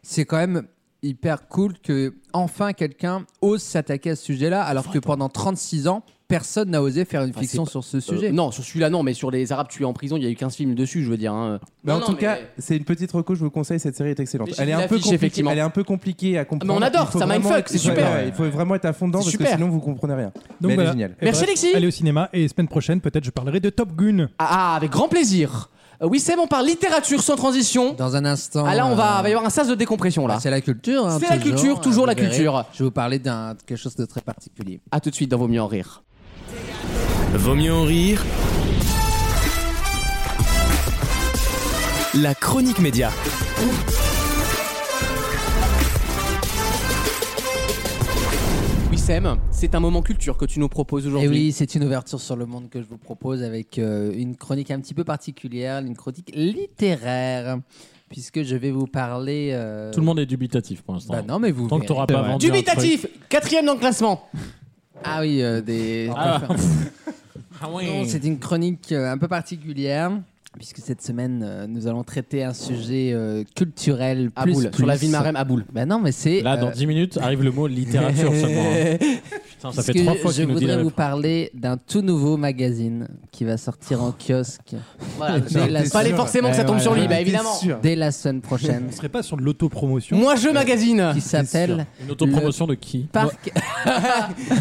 F: c'est quand même hyper cool que enfin quelqu'un ose s'attaquer à ce sujet-là, alors que pendant 36 ans, personne n'a osé faire une
B: Enfin,
F: fiction
B: c'est pas-
F: sur ce
B: Euh,
F: sujet.
B: non, sur celui-là, non, mais sur les Arabes tués en prison, il y a eu 15 films dessus, je veux dire. hein.
D: Bah,
J: Mais
B: Non,
J: en
B: non,
J: tout
B: mais-
J: cas, c'est une petite reco, je vous conseille, cette série est excellente.
B: Mais j'ai
J: Elle est,
B: vu
J: un peu
B: l'affiche,
J: compliquée-
B: effectivement.
J: elle est un peu compliquée à comprendre.
B: on adore,
J: Il faut
B: ça
J: vraiment-
B: mindfuck, c'est
J: il faut-
B: super.
J: ouais, il faut vraiment être à fond dedans
B: C'est
J: parce que
B: super.
J: sinon vous comprenez rien.
C: Donc,
J: Mais elle
C: voilà.
J: est géniale.
C: Et
B: Merci,
C: bref,
B: Alexis.
C: Allez au cinéma et semaine prochaine peut-être je parlerai de Top Gun.
B: Ah, ah, avec grand plaisir. Euh, oui, Seb, on parle littérature sans transition.
F: Dans un instant.
B: Ah là, on va,
F: euh,
B: va y avoir un sas de décompression là.
F: C'est la culture.
B: Ah.
F: hein,
B: C'est la culture, toujours
F: Vous
B: la
F: verrez,
B: culture.
F: Je vais vous parler d'un quelque chose de très particulier.
B: À tout de suite dans Vaut mieux en rire.
A: Vaut mieux en rire. la chronique média.
B: Wissem, c'est un moment culture que tu nous proposes
F: Et
B: aujourd'hui.
F: Eh oui, c'est une ouverture sur le monde que je vous propose avec euh, une chronique un petit peu particulière, une chronique littéraire, puisque je vais vous parler. euh,
E: Tout le monde est dubitatif pour l'instant.
F: Bah non, mais vous.
E: Tant que
F: verrez.
E: t'auras pas
D: Ouais.
E: vendu. un
B: Dubitatif, quatrième dans le classement.
F: Ah oui, euh, des.
E: Ah. truc-
F: Non, c'est une chronique euh, un peu particulière. Puisque cette semaine, euh, nous allons traiter un sujet euh, culturel
B: À
F: plus,
B: boule, sur la
F: plus.
B: vie de Marem, à boule.
F: Bah non, mais c'est.
E: Là, dans
F: euh,
E: 10 minutes, arrive le mot littérature seulement. hein. Putain, ça fait
F: puisque
E: trois fois
F: je
E: qu'il nous dit la
F: voudrais
E: même
F: vous parler d'un tout nouveau magazine qui va sortir en kiosque
B: Voilà,
F: dès, la,
B: il fallait forcément que ça tombe sur lui, bah évidemment.
F: dès la semaine prochaine,
C: On serait pas sur de l'autopromotion.
B: Moi je magazine.
D: Ah,
F: qui s'appelle
E: Une autopromotion de qui
F: Parc.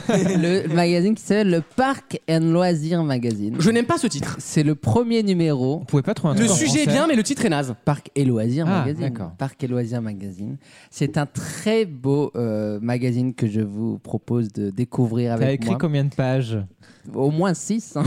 F: le magazine qui s'appelle le Parc and Loisirs Magazine.
B: Je n'aime pas ce titre.
F: C'est le premier numéro
D: Vous pouvez pas trouver un
B: Le
D: truc en
B: sujet est
D: français
B: bien, mais le titre est naze.
F: Parc et Loisirs
D: Ah,
F: Magazine.
D: d'accord.
F: Parc et Loisirs Magazine. C'est un très beau euh, magazine que je vous propose de découvrir
D: T'as
F: avec
D: écrit
F: moi.
D: combien de pages
F: Au moins hein. 6. bah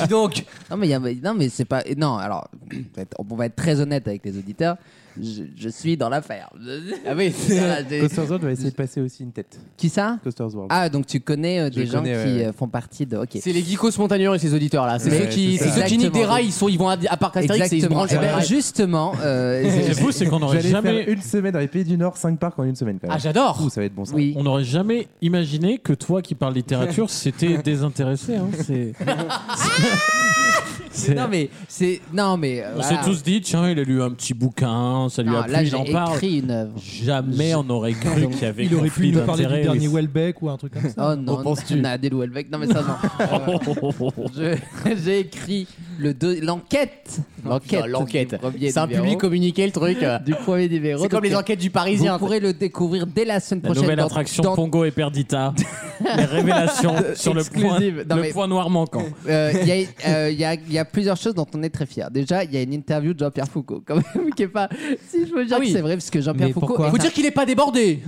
B: dis donc.
F: Non mais, il y a- non mais c'est pas non alors on va être- on va être très honnête avec les auditeurs je, je suis dans l'affaire
B: Ah oui.
F: Voilà, j'ai-
J: Coaster's World va essayer de passer aussi une tête.
F: qui ça
J: Coaster's World.
F: ah donc tu connais euh,
J: Je
F: des gens
J: connais,
F: qui
J: ouais, ouais.
F: euh, font partie de ok
B: C'est les geekos spontaneurs et ces auditeurs là. C'est
F: Mais-
B: ceux qui,
F: c'est
B: c'est
F: ça.
B: ceux qui niquent des
F: Exactement.
B: rails, ils, sont, ils vont à, à Parc Astérix et ils se
F: exactement
B: branchent sur
F: Eh
B: les
F: ben,
B: rails.
F: justement euh,
E: Et vous, c'est qu'on n'aurait
J: J'allais
E: jamais,
J: faire une semaine dans les pays du Nord, 5 parcs en une semaine quand même.
B: Ah j'adore.
J: Ouh, ça va être bon ça.
F: oui
E: on n'aurait jamais imaginé que toi qui parles littérature, c'était désintéressé. hein, C'est. c'est-
F: non mais c'est non mais euh,
E: On
F: voilà.
E: s'est tous dit, tiens, il a lu un petit bouquin, ça lui
F: non,
E: a plu,
F: là
E: il en
F: j'ai
E: parle.
F: écrit une œuvre
E: Jamais on aurait cru qu'il y avait
C: Il aurait pu
E: conflit
C: nous parler du
E: d'intérêt,
C: dernier
E: oui.
C: Welbeck ou un truc comme ça.
F: oh non on a des Houellebecq non mais ça non Je- j'ai écrit le deux- l'enquête l'enquête
B: Putain, l'enquête.
F: du premier
B: C'est un
F: numéro.
B: public communiqué le truc.
F: du premier numéro
B: C'est comme
F: Donc,
B: les enquêtes du Parisien.
F: vous pourrez le découvrir dès la semaine
E: La
F: prochaine
E: nouvelle
F: dans-
E: attraction
F: dans
E: Pongo et Perdita. les révélations sur le point,
F: Exclusive. Non,
E: le
F: mais-
E: point noir manquant.
F: Euh, Il y, a- euh, il y a- il y a plusieurs choses dont on est très fier. Déjà, il y a une interview de Jean-Pierre Foucault, quand même, qui est pas. Si je peux dire
B: Ah
F: que
B: oui.
F: c'est vrai, parce que Jean-Pierre
D: Mais
F: Foucault.
D: pourquoi
B: Faut dire qu'il est pas débordé.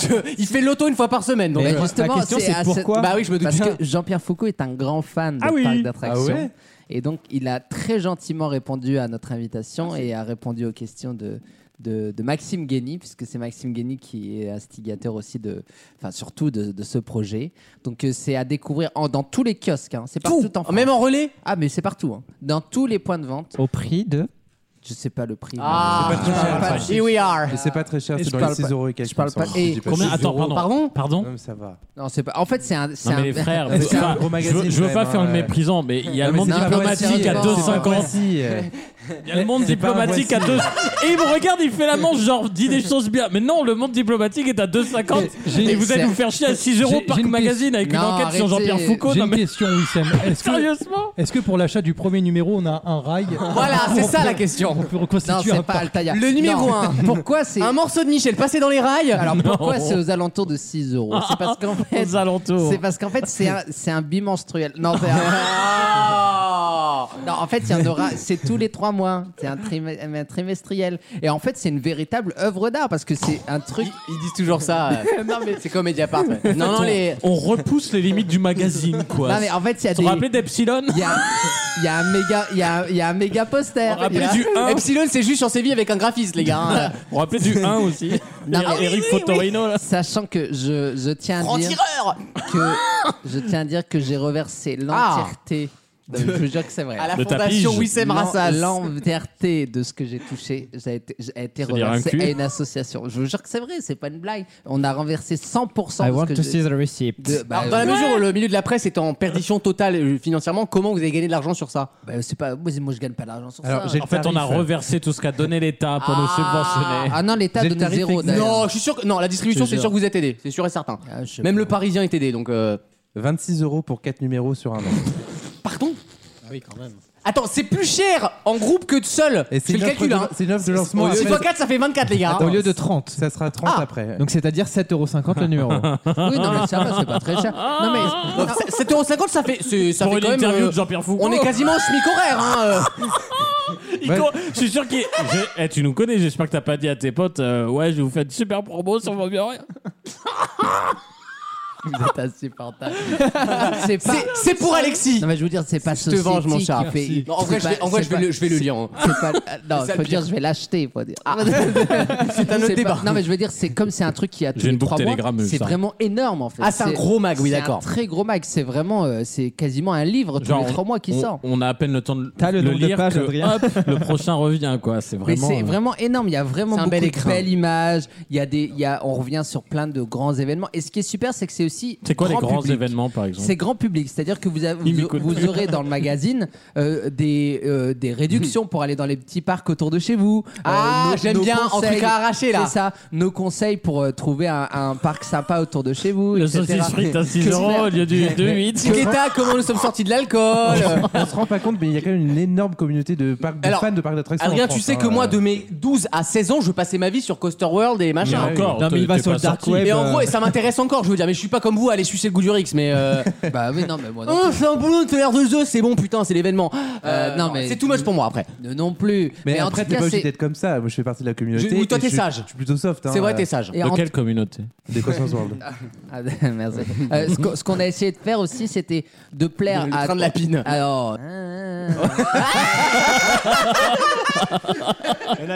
B: Je- il fait l'auto une fois par semaine. Donc
D: Mais
B: euh,
D: la
F: justement,
D: question,
F: c'est
D: c'est
F: à ce-
D: pourquoi
B: bah oui, je me doute
F: Parce
B: bien.
F: que Jean-Pierre Foucault est un grand fan de parcs d'attractions.
J: Ah ouais
F: et donc, il a très gentiment répondu à notre invitation et a répondu aux questions de. De, de Maxime Guény, puisque c'est Maxime Guény qui est instigateur aussi de, enfin surtout de, de ce projet. Donc euh, c'est à découvrir en- dans tous les kiosques, hein. c'est partout
B: Tout,
F: en France.
B: même en relais.
F: Ah mais c'est partout, hein. dans tous les points de vente.
D: Au prix de
F: Je sais pas le prix.
B: Ah,
J: C'est pas très cher,
B: ah, here we are.
J: Mais c'est pas très cher,
F: Et
J: c'est
F: je
J: dans
F: parle
J: les 6
F: pas-
J: euros et quelques.
F: je parle pas-
J: il me semble.
F: et-
J: Je dis pas
E: Combien
J: six
E: Attends,
J: euros.
E: pardon.
B: Pardon
E: Pardon
J: Non, mais ça va.
F: Non, c'est pas. En fait, c'est un. c'est
E: Non mais
F: un-
E: les frères,
J: Est-ce
E: je veux
J: qu'il y a un
E: pas,
J: gros
E: je veux,
J: magazine,
E: je veux
J: quand
E: pas
J: même,
E: faire le
J: hein,
E: méprisant, mais il y a
J: Non,
E: le
J: mais
E: monde
J: c'est pas
E: diplomatique
J: voici,
E: à
J: euh, c'est
E: 2,50.
J: euh,
E: Il y a le monde
J: C'est pas un
E: diplomatique à
J: voici.
E: 2. Et il me regarde, il fait la manche, genre, dis des choses bien. Mais non, le monde diplomatique est à 2,50.
C: J'ai-
E: Et vous allez
F: c'est-
E: nous faire chier à 6 euros
C: j'ai-
E: par
C: j'ai une
E: magazine avec une
F: Non,
E: enquête sur
F: arrêtez.
E: Jean-Pierre Foucault.
C: J'ai
E: Non,
C: une
E: mais
C: question, Wissem. Est-ce que,
E: sérieusement
C: est-ce que pour l'achat du premier numéro, on a un rail
B: Voilà, c'est ça la question.
C: On peut
F: Non,
C: reconstituer un
F: c'est pas
C: parc.
F: Altaïa.
B: Le numéro
F: Non.
B: un.
F: Pourquoi c'est.
B: Un morceau de Michel passé dans les rails.
F: Alors pourquoi c'est aux alentours de 6 euros C'est parce qu'en fait.
E: Aux alentours.
F: C'est parce qu'en fait, c'est un, c'est un bimenstruel. Non, c'est
B: Oh,
F: un- Non, en fait, il y en aura. C'est tous les trois mois. C'est un, trimé- un trimestriel. Et en fait, c'est une véritable œuvre d'art parce que c'est un truc.
B: Ils disent toujours ça. euh. non mais c'est comme Mediapart. ouais. Non non
E: On-
B: les.
E: On repousse les limites du magazine, quoi.
F: Non, mais en fait, il y a
E: Vous vous
F: des.
E: rappelez d'Epsilon
F: Il y a, il y a un méga, il y a, il y a un méga poster.
E: On rappelait
F: Il y a-
E: du 1.
B: Epsilon c'est juste sur Séville avec un graphiste les gars. hein.
E: On rappelait du 1 aussi.
F: Non,
E: Et-
F: mais-
E: Eric Fotorino, là.
F: Sachant que je, je tiens à dire.
B: Franc-tireur
F: que je tiens à dire que j'ai reversé l'entièreté. de- je vous jure que c'est vrai.
B: Ah. à la
E: Le
B: fondation
E: tapis,
B: Wissem
F: L'en-
B: Rassas.
F: L'entièreté de ce que j'ai touché ça a été, a été
E: C'est-à-dire un
F: reversée
E: cul
F: à une association. Je vous jure que c'est vrai, c'est pas une blague. On a renversé 100%
D: I
F: de ce
D: want
F: que
D: to
F: j'ai-
D: see the receipt.
F: de- bah,
B: Alors, dans la
F: euh,
B: mesure où Ah, le milieu de la presse est en perdition totale euh, financièrement, comment vous avez gagné de l'argent sur ça
F: bah, c'est pas, moi, moi, je gagne pas d'argent sur
J: Alors,
F: ça.
J: j'ai-
E: En fait, on a reversé tout ce qu'a donné l'État pour nous subventionner.
F: Ah non, l'État
J: J'ai
F: donne
J: le tarif
F: zéro.
J: ex-
F: d'ailleurs.
B: Non, je suis sûr que non, la distribution,
F: Je te
B: Bah, euh, c'est
F: jure.
B: sûr que vous êtes aidé, c'est sûr et certain.
F: Ah, je sais
B: Même
F: pas.
B: le Parisien est aidé, donc. euh,
J: 26 euros pour 4 numéros sur un an.
B: Pardon Ah oui, quand même. Attends, c'est plus cher en groupe que de seul.
J: Et c'est
B: Je fais
J: une
B: le
J: offre
B: calcul,
J: de-
B: hein.
J: C'est une offre de lancement.
B: 6
J: après-
B: x 4, ça fait 24, les gars. hein.
D: Au lieu de 30.
J: Ça sera 30
B: Ah.
J: après.
D: Donc c'est-à-dire 7,50€ le numéro.
F: Oui, non, mais ça va, c'est pas très cher. Non, mais
B: Donc, c'est- 7,50€, ça fait, c'est- ça
E: Pour
B: fait
E: une
B: quand même.
E: interview
B: euh,
E: de Jean-Pierre Foucault.
B: on est quasiment au SMIC horaire, hein. euh.
E: Il court- Je suis sûr qu'il. Je- Eh, tu nous connais, j'espère que t'as pas dit à tes potes, euh, ouais, je vais vous faire une super promo sur mon bureau.
F: Vous êtes insupportable. c'est pas.
B: C'est- C'est pour Alexis.
F: Non, mais je veux dire, c'est pas
B: Je te venge, mon
F: Society
B: chat.
F: qui fait-
B: Non, en vrai,
F: c'est
B: je vais,
F: pas-
B: en vrai,
F: c'est
B: je vais
F: pas-
B: le, je vais le lire. hein.
F: C'est pas-
B: ça
F: Non,
B: le
F: faut
B: pire.
F: dire, je vais l'acheter, faut dire.
B: C'est un autre
F: C'est pas-
B: débat.
F: Non, mais je veux dire, c'est comme c'est un truc qui a tous
E: J'ai une
F: les
E: boucle
F: trois mois,
E: Telegram, euh,
F: c'est
E: ça.
F: vraiment énorme en fait.
B: Ah, c'est un gros mag, oui,
F: c'est un
B: d'accord.
F: très gros mag, c'est vraiment, euh, c'est quasiment un livre tous
E: Genre,
F: les trois mois qui
E: on,
F: sort.
E: on a à peine le temps de
D: T'as le nombre de
E: lire
D: pages,
E: que,
D: Adrien.
E: hop, le prochain revient quoi. C'est
F: Mais
E: vraiment.
F: c'est
E: euh,
F: vraiment énorme. Il y a vraiment
B: C'est un
F: beaucoup
B: bel
F: de
B: écrin.
F: belles images. Il y a des, il y a, on revient sur plein de grands événements. Et ce qui est super, c'est que c'est aussi.
E: C'est quoi les
F: grand
E: grands
F: public.
E: événements par exemple
F: C'est grand public, c'est-à-dire que vous, avez-
E: Il
F: vous,
E: m'écoute.
F: vous aurez dans le magazine euh, des, euh, des réductions pour aller dans les petits parcs autour de chez vous. Euh,
B: Ah,
F: nos-
B: j'aime
F: nos
B: bien en
F: conseils-
B: truc à arracher là.
F: C'est ça, nos conseils pour euh, trouver un, un parc sympa autour de chez vous.
E: Le
F: etc.
E: saucisse frite à 6
F: Que
E: euros
F: faire
E: au lieu du 2,8.
B: Chiquetta, comment nous sommes sortis de l'alcool
J: On se rend pas compte, mais il y a quand même une énorme communauté de, parcs, de
B: Alors,
J: fans de parcs d'attractions. en
B: Adrien, tu
J: France,
B: sais
J: hein,
B: que
J: euh.
B: moi, de mes 12 à 16 ans, je passais ma vie sur Coaster World et
E: Mais
B: machin.
E: encore,
D: Non, mais il
E: t'es-
D: va
E: t'es
D: sur
E: pas
D: le dark
E: sorti.
D: web.
B: Mais en
D: euh,
B: gros, et ça m'intéresse encore, je veux dire, mais je suis pas comme vous, allez sucer le goût du Rix, mais. euh,
F: Bah oui, non, mais moi non
B: Oh, c'est un boulot de l'air de œufs, c'est bon, putain, c'est l'événement.
F: Euh,
B: Euh,
F: non,
B: non,
F: mais-
B: C'est too much pour moi après.
F: plus. Non plus.
J: Mais,
F: en
J: après,
F: tout
J: t'es
F: cas,
J: pas
F: c'est-
J: obligé d'être comme ça. Moi, je fais partie de la communauté.
B: Oui, toi,
J: et
B: t'es
J: je suis-
B: sage.
J: Je suis plutôt soft. hein,
B: c'est vrai,
J: euh,
B: t'es sage.
F: et
E: De
F: en-
E: quelle communauté
J: Des Cossins World.
F: Ah, merci. Euh, ce qu'on- ce qu'on a essayé de faire aussi, c'était de plaire
B: Le
F: à.
B: train de la pine.
F: Alors.
C: Ah,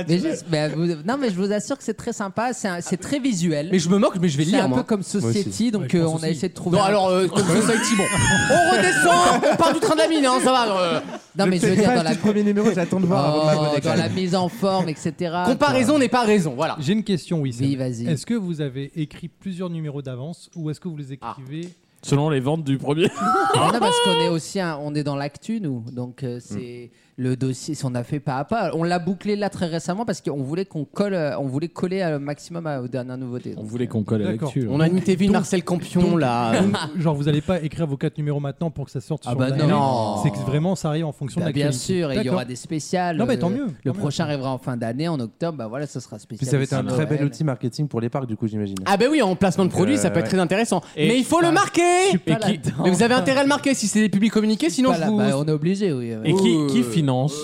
F: mais juste- mais vous- non, mais je vous assure que c'est très sympa, c'est un- c'est très visuel.
B: Mais je me moque, mais je vais
F: C'est
B: lire
F: un
B: moi.
F: peu comme Society, donc
C: Ouais, je
F: euh,
C: pense
F: on a
C: aussi.
F: essayé de trouver.
B: Non,
F: un-
B: alors, euh, comme Society, bon. On redescend, on part du train de la mine, hein, ça va. euh.
F: non, mais je veux
J: Peut-être
F: dire
J: pas
F: dans
J: le
F: la.
J: tout premier numéro, j'attends de voir Bah, avant de
F: Oh,
J: m'abonner, quand
F: dans la
J: même.
F: mise en forme, etc.
B: Comparaison n'est pas raison, voilà.
C: J'ai une question, oui.
F: Oui, vas-y.
C: Est-ce que vous avez écrit plusieurs numéros d'avance ou est-ce que vous les écrivez
E: Selon les ventes du premier.
F: Ah non, parce qu'on est aussi un- on est dans l'actu, nous. Donc, euh, c'est le dossier, si on a fait pas à pas. On l'a bouclé là très récemment parce qu'on voulait qu'on colle, euh, on voulait coller euh, maximum à- aux dernières nouveautés.
E: On
F: Donc,
E: voulait
F: euh,
E: qu'on colle la
C: D'accord.
E: lecture.
B: On a une TV Marcel Campion là. euh.
C: Genre, vous n'allez pas écrire vos quatre numéros maintenant pour que ça sorte
F: Ah
C: sur
F: bah
C: l'année.
F: non.
C: C'est que vraiment, ça arrive en fonction
F: bah,
C: de
F: bien
C: l'actualité.
F: sûr, et il y
C: D'accord.
F: aura des spéciales.
C: Non, mais
F: euh,
C: tant mieux,
F: Le
C: tant
F: prochain arrivera en fin d'année, en octobre. Bah voilà, ce sera spécial.
J: Puis ça va être un
F: aussi,
J: très bel
F: Noël.
J: outil marketing pour les parcs, du coup, j'imagine.
B: Ah ben oui, en placement de produit, ça peut être
J: ouais.
B: très intéressant.
E: Et-
B: mais il faut le marquer
F: pas
B: Et qui-
F: là-dedans.
B: Mais vous avez intérêt à le marquer si c'est des publics communiqués, sinon
F: Pas
B: je
F: là-
B: vous...
F: bah, on est obligé, oui.
E: Et qui, qui
B: Euh,
E: finance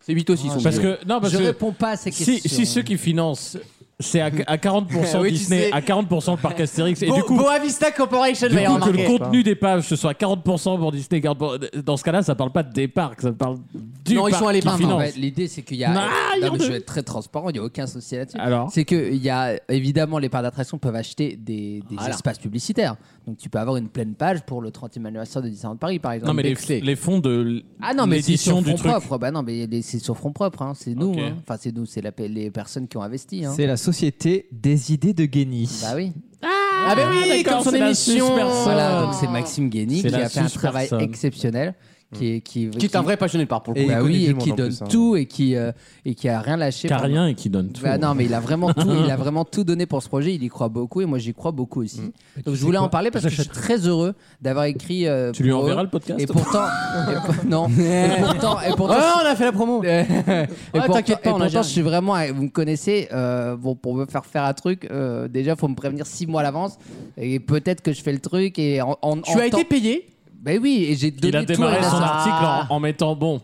B: C'est 8 aussi, ils sont
E: Parce
B: obligés.
E: que non, parce
F: Je
E: que
F: réponds pas à ces
E: si,
F: questions.
E: si ceux qui financent, c'est à, à 40%
B: Oui, tu
E: Disney,
B: sais.
E: à 40% le parc Astérix, et
B: Bo-
E: du coup,
B: Boa Vista Corporation,
E: du
B: j'avais
E: coup, que le
B: remarqué.
E: contenu des pages ce soit 40% pour Disney, 40%, dans ce cas-là, ça parle pas des parcs, ça parle du
B: Non, ils
E: parc
B: sont allés
E: qui
B: par-
F: Non, mais en
E: finance.
F: fait, L'idée, c'est qu'il y a.
E: Ah, il y
F: Non,
E: en
F: mais
E: a-
F: je vais être très transparent, il n'y a aucun souci là-dessus.
E: Alors
F: C'est que il y a évidemment les parcs d'attraction peuvent acheter des, des
B: Voilà.
F: espaces publicitaires. Donc tu peux avoir une pleine page pour le 30e anniversaire de Disneyland Paris par exemple.
E: non mais les,
B: vexé.
E: les fonds de
F: ah non mais c'est
E: l'édition
F: sur fonds
E: du truc.
F: propre. Bah non mais les- c'est sur fonds propre. hein. C'est nous.
E: Ok.
F: hein. Enfin c'est nous, c'est la- les personnes qui ont investi. hein.
D: C'est la société des idées de Guény.
F: Bah oui.
B: Ah ben oui,
E: d'accord,
B: comme son
E: c'est la
B: émission
E: susperson.
F: Voilà donc c'est Maxime Guény
E: C'est
F: qui
E: la
F: a fait un
E: sus
F: travail
E: personne.
F: exceptionnel, qui est qui,
B: Qui est un vrai passionné par Ah, pour le
J: Et
B: coup.
J: il
F: Bah
J: connaît
F: oui
J: tout
F: et
J: le
F: qui
J: monde, en
F: donne
J: plus, hein.
F: tout et qui euh, et qui a rien lâché.
E: Qui a
F: pendant-
E: rien et qui donne tout.
F: Bah non, mais il a vraiment tout, il a vraiment tout donné pour ce projet. Il y croit beaucoup et moi j'y crois beaucoup aussi.
B: Mm.
F: Donc je voulais en parler parce que je suis très heureux d'avoir écrit. euh,
E: tu lui
F: pour eux.
E: enverras le podcast
F: Et pourtant, et pour- non. Et pourtant, et pourtant,
B: Ah, on a fait la promo.
F: et pourtant-
B: t'inquiète pas,
F: et
B: on a
F: pourtant,
B: géré.
F: je suis vraiment. Vous me connaissez. euh, bon, pour me faire faire un truc, euh, déjà, faut me prévenir six mois à l'avance. Et peut-être que je fais le truc. Et en, en- en
B: Tu as été
F: temps-
B: payé
F: Ben oui, et j'ai donné
E: Il a
F: tout
E: démarré
F: à
E: son
F: ça.
E: article en, en mettant bon.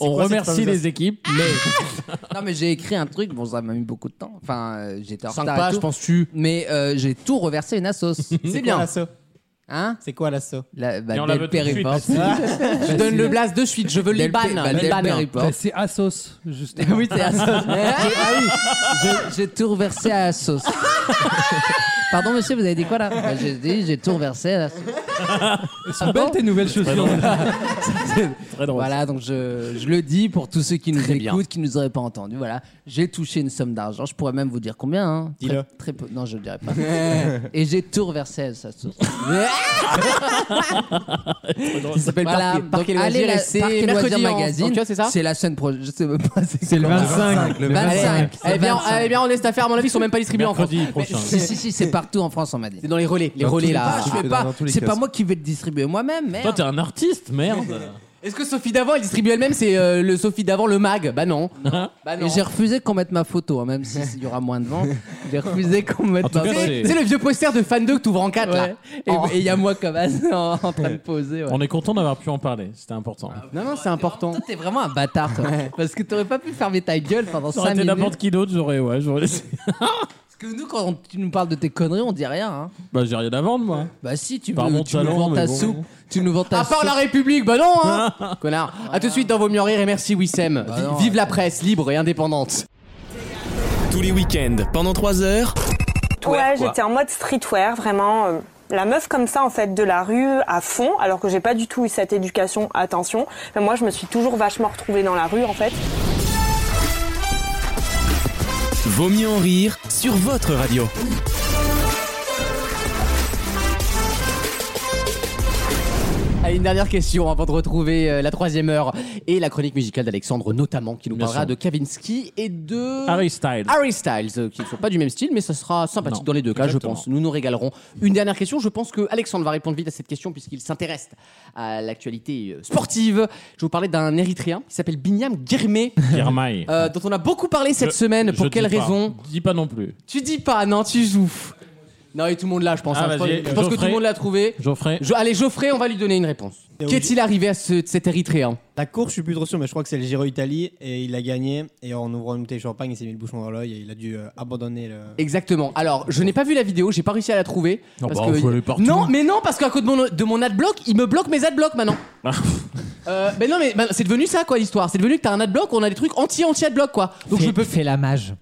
E: On
J: quoi cette
E: remercie les équipes, mais
F: Non, mais j'ai écrit un truc. Bon, ça m'a mis beaucoup de temps. Enfin, euh, j'étais en
B: 5
F: retard. et
B: pages,
F: tout.
B: penses-tu
F: Mais euh, j'ai tout reversé à une assoce.
B: C'est bien.
F: Hein
G: C'est quoi Ah. l'assaut
F: La, bah,
E: Et on la
F: Del
E: veut tout de
F: Perry
E: suite.
F: Force.
B: Je donne le blast de suite, je veux les
F: Del
B: ban.
F: Pe- bah,
B: les
F: Del
B: ban.
F: Perry Force.
C: c'est Asos, juste.
F: oui, c'est à sauce. J'ai- J'ai tout reversé à la sauce. Pardon, monsieur, vous avez dit quoi là Bah, J'ai dit, j'ai tout reversé à Ah la sauce.
C: Sont belles tes nouvelles chaussures.
E: très drôle.
F: Voilà, donc je, je le dis pour tous ceux qui nous
B: Très
F: écoutent,
B: bien.
F: qui nous auraient pas entendus. Voilà, j'ai touché une somme d'argent. Je pourrais même vous dire combien. Hein. Très-
G: Dis-le.
F: Très peu. Non, je le dirai pas. Et j'ai tout reversé à la sauce.
B: Il s'appelle
F: Voilà,
B: Parc- Parc et
F: donc,
B: Loisirs
F: allez la-
B: et c'est
F: Parc et
B: mercredi
F: Loisirs
B: en- en-
F: Magazine.
B: tu vois, c'est ça
F: la semaine prochaine. Je sais même pas.
D: C'est le 25.
J: Le
F: 25.
B: Eh bien,
F: C'est
B: eh bien, on laisse affaire, à mon avis, ils sont même pas distribués en France.
E: mercredi prochain.
F: Si, si, si, c'est partout en France, on m'a dit.
B: C'est dans les relais, les
J: Dans tous
B: relais
J: les
B: là.
J: cas,
F: Je
J: Ah,
F: fais
J: dans-
F: pas.
J: dans tous les
F: C'est
J: cas,
F: pas
J: ça.
F: moi qui vais le distribuer moi-même.
E: Toi
F: merde.
E: t'es un artiste, merde.
B: Est-ce que Sophie d'avant elle distribue elle-même C'est euh, le Sophie d'avant, le mag Bah non. Bah non.
F: Et j'ai refusé qu'on mette ma photo, hein, même s'il y aura moins de vent. J'ai refusé qu'on mette
E: En tout
F: ma
E: cas,
F: photo.
E: c'est-
B: C'est c'est le vieux poster de fan 2 que t'ouvres en 4 là.
F: Ouais. Et
B: Oh.
F: et il y a moi comme as en, en train de poser. Ouais.
E: On est content d'avoir pu en parler, c'était important.
B: Non, non, c'est important.
F: Toi, t'es vraiment un bâtard, toi. Parce que t'aurais pas pu fermer ta gueule pendant
E: Ça aurait
F: 5
E: été
F: minutes.
E: n'importe qui d'autre, j'aurais ouais, j'aurais.
F: que nous, quand tu nous parles de tes conneries, on dit rien. Hein.
E: Bah, j'ai rien à vendre, moi.
B: Euh,
F: Bah si, tu,
E: Par
F: veux-
E: mon
F: tu
E: talent,
F: nous vends
E: mais
F: ta
E: bon.
F: soupe. Tu nous vends ta
B: À part la
F: soupe.
B: République, bah non, hein Connard. À tout de suite dans Vaut mieux en rire et merci Wissem.
E: Bah
B: Vi-
F: non,
B: Vive la presse libre et indépendante.
A: Tous les week-ends, pendant 3 heures.
I: Ouais, j'étais en mode streetwear, vraiment. euh, la meuf comme ça, en fait, de la rue à fond, alors que j'ai pas du tout eu cette éducation, attention. Mais moi, je me suis toujours vachement retrouvée dans la rue, en fait.
A: Vaut mieux en rire sur votre radio.
B: Allez, une dernière question avant de retrouver euh, la troisième heure et la chronique musicale d'Alexandre notamment qui nous
E: Bien
B: parlera
E: sûr.
B: de Kavinsky et de...
E: Harry Styles.
B: Harry Styles, euh, qui ne sont pas du même style, mais ça sera sympathique
E: Non,
B: dans les deux cas,
E: exactement.
B: je pense. Nous nous régalerons. Une dernière question, je pense que Alexandre va répondre vite à cette question puisqu'il s'intéresse à l'actualité euh, sportive. Je vais vous parler d'un Érythréen qui s'appelle Binyam Girmay,
E: Girmay.
B: euh, dont on a beaucoup parlé cette semaine. Pour
E: Je
B: quelle
E: dis pas.
B: raison
E: Dis pas non plus.
B: Tu dis pas, non, tu joues. Non, et tout le monde l'a, je pense.
E: Ah,
B: hein. je pense,
E: vas-y,
B: je pense que tout le
E: Geoffrey.
B: monde l'a trouvé.
E: Geoffrey.
B: Je- allez, Geoffrey, on va lui donner une réponse. Qu'est-il arrivé à ce- cet Érythréen
G: La course, je suis plus trop sûr, mais je crois que c'est le Giro Italie et il a gagné. Et en ouvrant une bouteille de champagne, il s'est mis le bouchon dans l'œil et il a dû euh, abandonner le.
B: Exactement. Alors, je n'ai pas vu la vidéo, j'ai pas réussi à la trouver.
E: Non, bah, on peut aller partout.
B: Non, mais non, parce qu'à cause de mon, de mon adblock, il me bloque mes adblocks maintenant.
E: Ah.
B: Euh, mais non, mais bah, c'est devenu ça, quoi, l'histoire. C'est devenu que t'as un adblock, on a des trucs anti-anti-adblock, quoi. Donc je peux.
F: fais la mage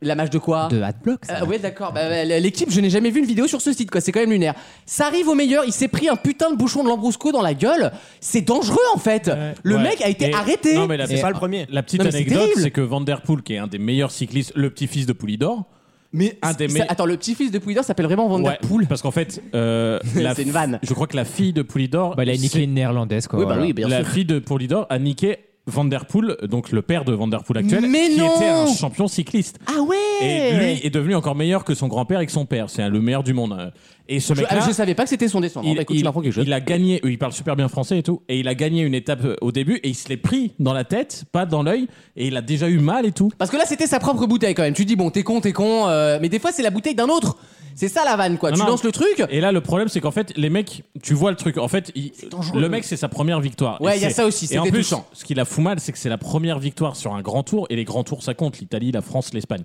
B: La mage de quoi
F: Adblock.
B: Euh, ouais, d'accord. Bah, bah, L'équipe, je n'ai jamais vu une vidéo sur ce site, quoi. C'est quand même lunaire. Ça arrive au meilleur. Il s'est pris un putain de bouchon de Lambrusco dans la gueule. C'est dangereux, en fait. Le
E: euh, Ouais.
B: mec a été
E: Et-
B: arrêté.
E: Non, mais la,
G: C'est pas le premier.
E: la petite
B: Non, mais c'est
E: anecdote,
B: terrible.
E: c'est que Van Der Poel, qui est un des meilleurs cyclistes, le petit-fils de Poulidor,
B: Mais,
E: un des
B: ça-
E: meilleurs-
B: attends, le petit-fils de Poulidor s'appelle vraiment Van Der
E: Ouais,
B: Poel.
E: Parce qu'en fait, euh, la
B: C'est
E: fi-
B: une vanne.
E: Je crois que la fille de Poulidor.
D: Bah, il a niqué
E: c'est-
D: une néerlandaise, quoi.
B: Oui, bah
D: voilà.
B: oui, bien
E: la
B: sûr.
E: fille de Poulidor a niqué Van Der Poel, donc le père de Van Der Poel actuel,
B: Mais
E: qui
B: non
E: était un champion cycliste.
B: Ah ouais
E: Et lui est devenu encore meilleur que son grand-père et que son père. C'est un- le meilleur du monde. euh. Et ce
B: je,
E: mec-là.
B: ah, je savais pas que c'était son descendant. Bah, écoute, tu m'apprends quelque chose.
E: il a gagné, euh, il parle super bien français et tout, et il a gagné une étape euh, au début et il se l'est pris dans la tête, pas dans l'œil, et il a déjà eu mal et tout.
B: Parce que là, c'était sa propre bouteille quand même. Tu dis, bon, t'es con, t'es con, euh, mais des fois, c'est la bouteille d'un autre. C'est ça la vanne, quoi.
E: Non,
B: tu
E: non.
B: lances le truc.
E: Et là, le problème, c'est qu'en fait, les mecs, tu vois le truc. En fait, il-
B: dangereux.
E: le mec, c'est sa première victoire.
B: Ouais,
E: Et
B: il y a
E: c'est-
B: ça aussi,
E: Et en
B: c'était
E: plus,
B: touchant.
E: ce qui la fout mal, c'est que c'est la première victoire sur un grand tour. Et les grands tours, ça compte l'Italie, la France, l'Espagne.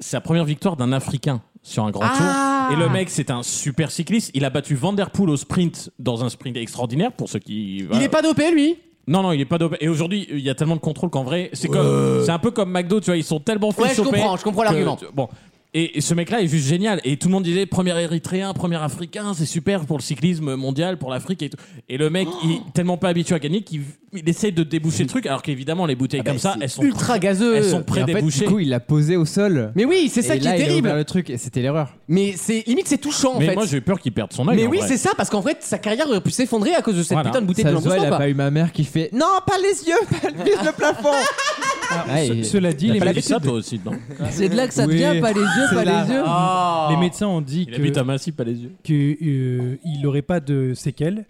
E: C'est la première victoire d'un Africain sur un grand
B: Ah.
E: tour. Et le mec, c'est un super cycliste. Il a battu Van Der Poel au sprint dans un sprint extraordinaire pour ceux qui.
B: Il est pas dopé, lui.
E: Non, non, il est pas dopé. Et aujourd'hui, il y a tellement de contrôle qu'en vrai, c'est comme, c'est un peu comme McDo, tu vois, ils sont tellement fait
B: Ouais, je
E: choper
B: comprends, je comprends
E: que-
B: l'argument.
E: tu- Bon. Et, et ce mec-là est juste génial. Et tout le monde disait, premier érythréen, premier africain, c'est super pour le cyclisme mondial, pour l'Afrique et tout. Et le mec, il est tellement pas habitué à gagner qu'il il essaie de déboucher le truc, alors qu'évidemment, les bouteilles
B: Ah bah,
E: comme ça, elles sont,
B: Ultra gazeux.
E: elles sont
D: Et en fait,
E: pré-débouchées.
D: du coup, il l'a posé au sol.
B: Mais oui, c'est ça
D: et
B: qui est
D: là, il a ouvert
B: terrible.
D: le truc, et c'était l'erreur.
B: Mais c'est limite, c'est touchant en
E: Mais
B: fait.
E: moi, j'ai eu peur qu'il perde son œil.
B: mais
E: en
B: oui,
E: vrai.
B: c'est ça, parce qu'en fait, sa carrière aurait pu s'effondrer à cause de cette
E: Voilà.
B: putain de bouteille
D: Ça
B: de
D: se voit, il
B: Lambrusco,
D: a
B: quoi.
D: pas eu ma mère qui fait Non, pas les yeux, pas le, vise le plafond Ouais,
C: Ce-
D: et-
C: Cela dit,
E: Ah, Il
C: les
E: a fait ça,
C: médecins,
E: toi aussi, non
F: C'est de là que ça
C: Oui.
F: devient pas les yeux,
C: C'est
F: pas
C: là.
F: les yeux.
E: Ah.
B: Ah.
C: les médecins ont dit
E: Il habite
C: que
E: à Massy, pas les yeux.
C: qu'il n'aurait pas de séquelles,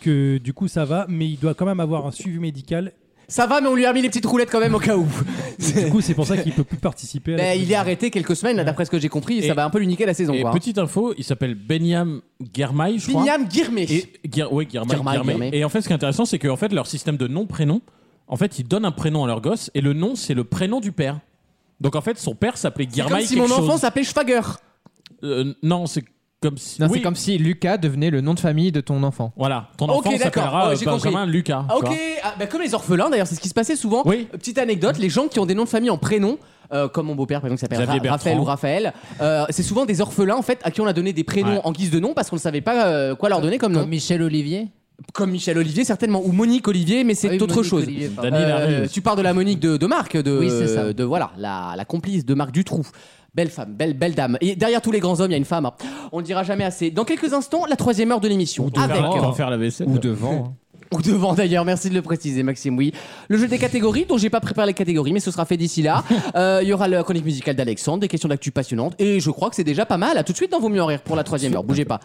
C: que du coup ça va, mais il doit quand même avoir un suivi médical.
B: Ça va, mais on lui a mis les petites roulettes quand même au cas où.
C: Du coup, c'est pour ça qu'il peut plus participer. à la
B: Bah,
E: Ben,
B: il est
C: compétition.
B: arrêté quelques semaines, là, d'après ce que j'ai compris, et, ça
E: Et-
B: va un peu lui niquer la saison.
E: Et
B: quoi. hein.
E: petite info, il s'appelle Benyam Germay, je crois.
B: Binyam Girmay.
E: Et Guir- ouais, Guirmay,
B: Guirmay,
E: Guirmay.
B: Guirmay.
E: Et en fait, ce qui est intéressant, c'est qu'en fait, leur système de nom-prénom, en fait, ils donnent un prénom à leur gosse et le nom, c'est le prénom du père. Donc en fait, son père s'appelait
B: C'est comme
E: Guirmay
B: si
E: quelque
B: mon enfant
E: chose.
B: s'appelait Schwager.
E: Euh, non, c'est comme si.
D: Non,
E: oui,
D: c'est comme si Lucas devenait le nom de famille de ton enfant.
E: Voilà, ton
B: Ok,
E: enfant
B: d'accord.
E: s'appellera
B: Ouais,
E: euh,
B: j'ai
E: Benjamin Lucas.
B: Ah,
E: tu
B: ok,
E: vois.
B: Ah, bah, comme les orphelins d'ailleurs, c'est ce qui se passait souvent.
E: Oui.
B: Euh, Petite anecdote, les gens qui ont des noms de famille en prénom, euh, comme mon beau-père par exemple qui s'appelle
E: Xavier
B: Ra- Raphaël
E: Bertrand.
B: ou Raphaël, euh, c'est souvent des orphelins en fait à qui on a donné des prénoms
E: Ouais.
B: en guise de nom parce qu'on ne savait pas euh, quoi leur donner comme nom.
F: Comme Michel Olivier.
B: Comme Michel Olivier certainement, ou Monique Olivier, mais c'est
F: Ah oui,
B: autre
F: Monique
B: chose.
F: Olivier, pardon.
E: Dany
B: Euh,
E: Larue aussi.
B: tu parles de la Monique de, de Marc, de,
F: Oui, c'est ça.
B: de voilà, la, la complice de Marc Dutroux. Belle femme, belle, belle dame. Et derrière tous les grands hommes, il y a une femme. hein. On ne dira jamais assez. Dans quelques instants, la troisième heure de l'émission.
E: Pour faire-
B: Avec.
E: pour faire la vaisselle.
D: Ou
B: hein.
D: devant.
B: Ou devant d'ailleurs, merci de le préciser Maxime, oui. Le jeu des catégories, dont j'ai pas préparé les catégories, mais ce sera fait d'ici là. Euh, Il y aura la chronique musicale d'Alexandre, des questions d'actu passionnantes, et je crois que c'est déjà pas mal. À tout de suite dans Vaut mieux en rire pour la troisième heure, bougez pas.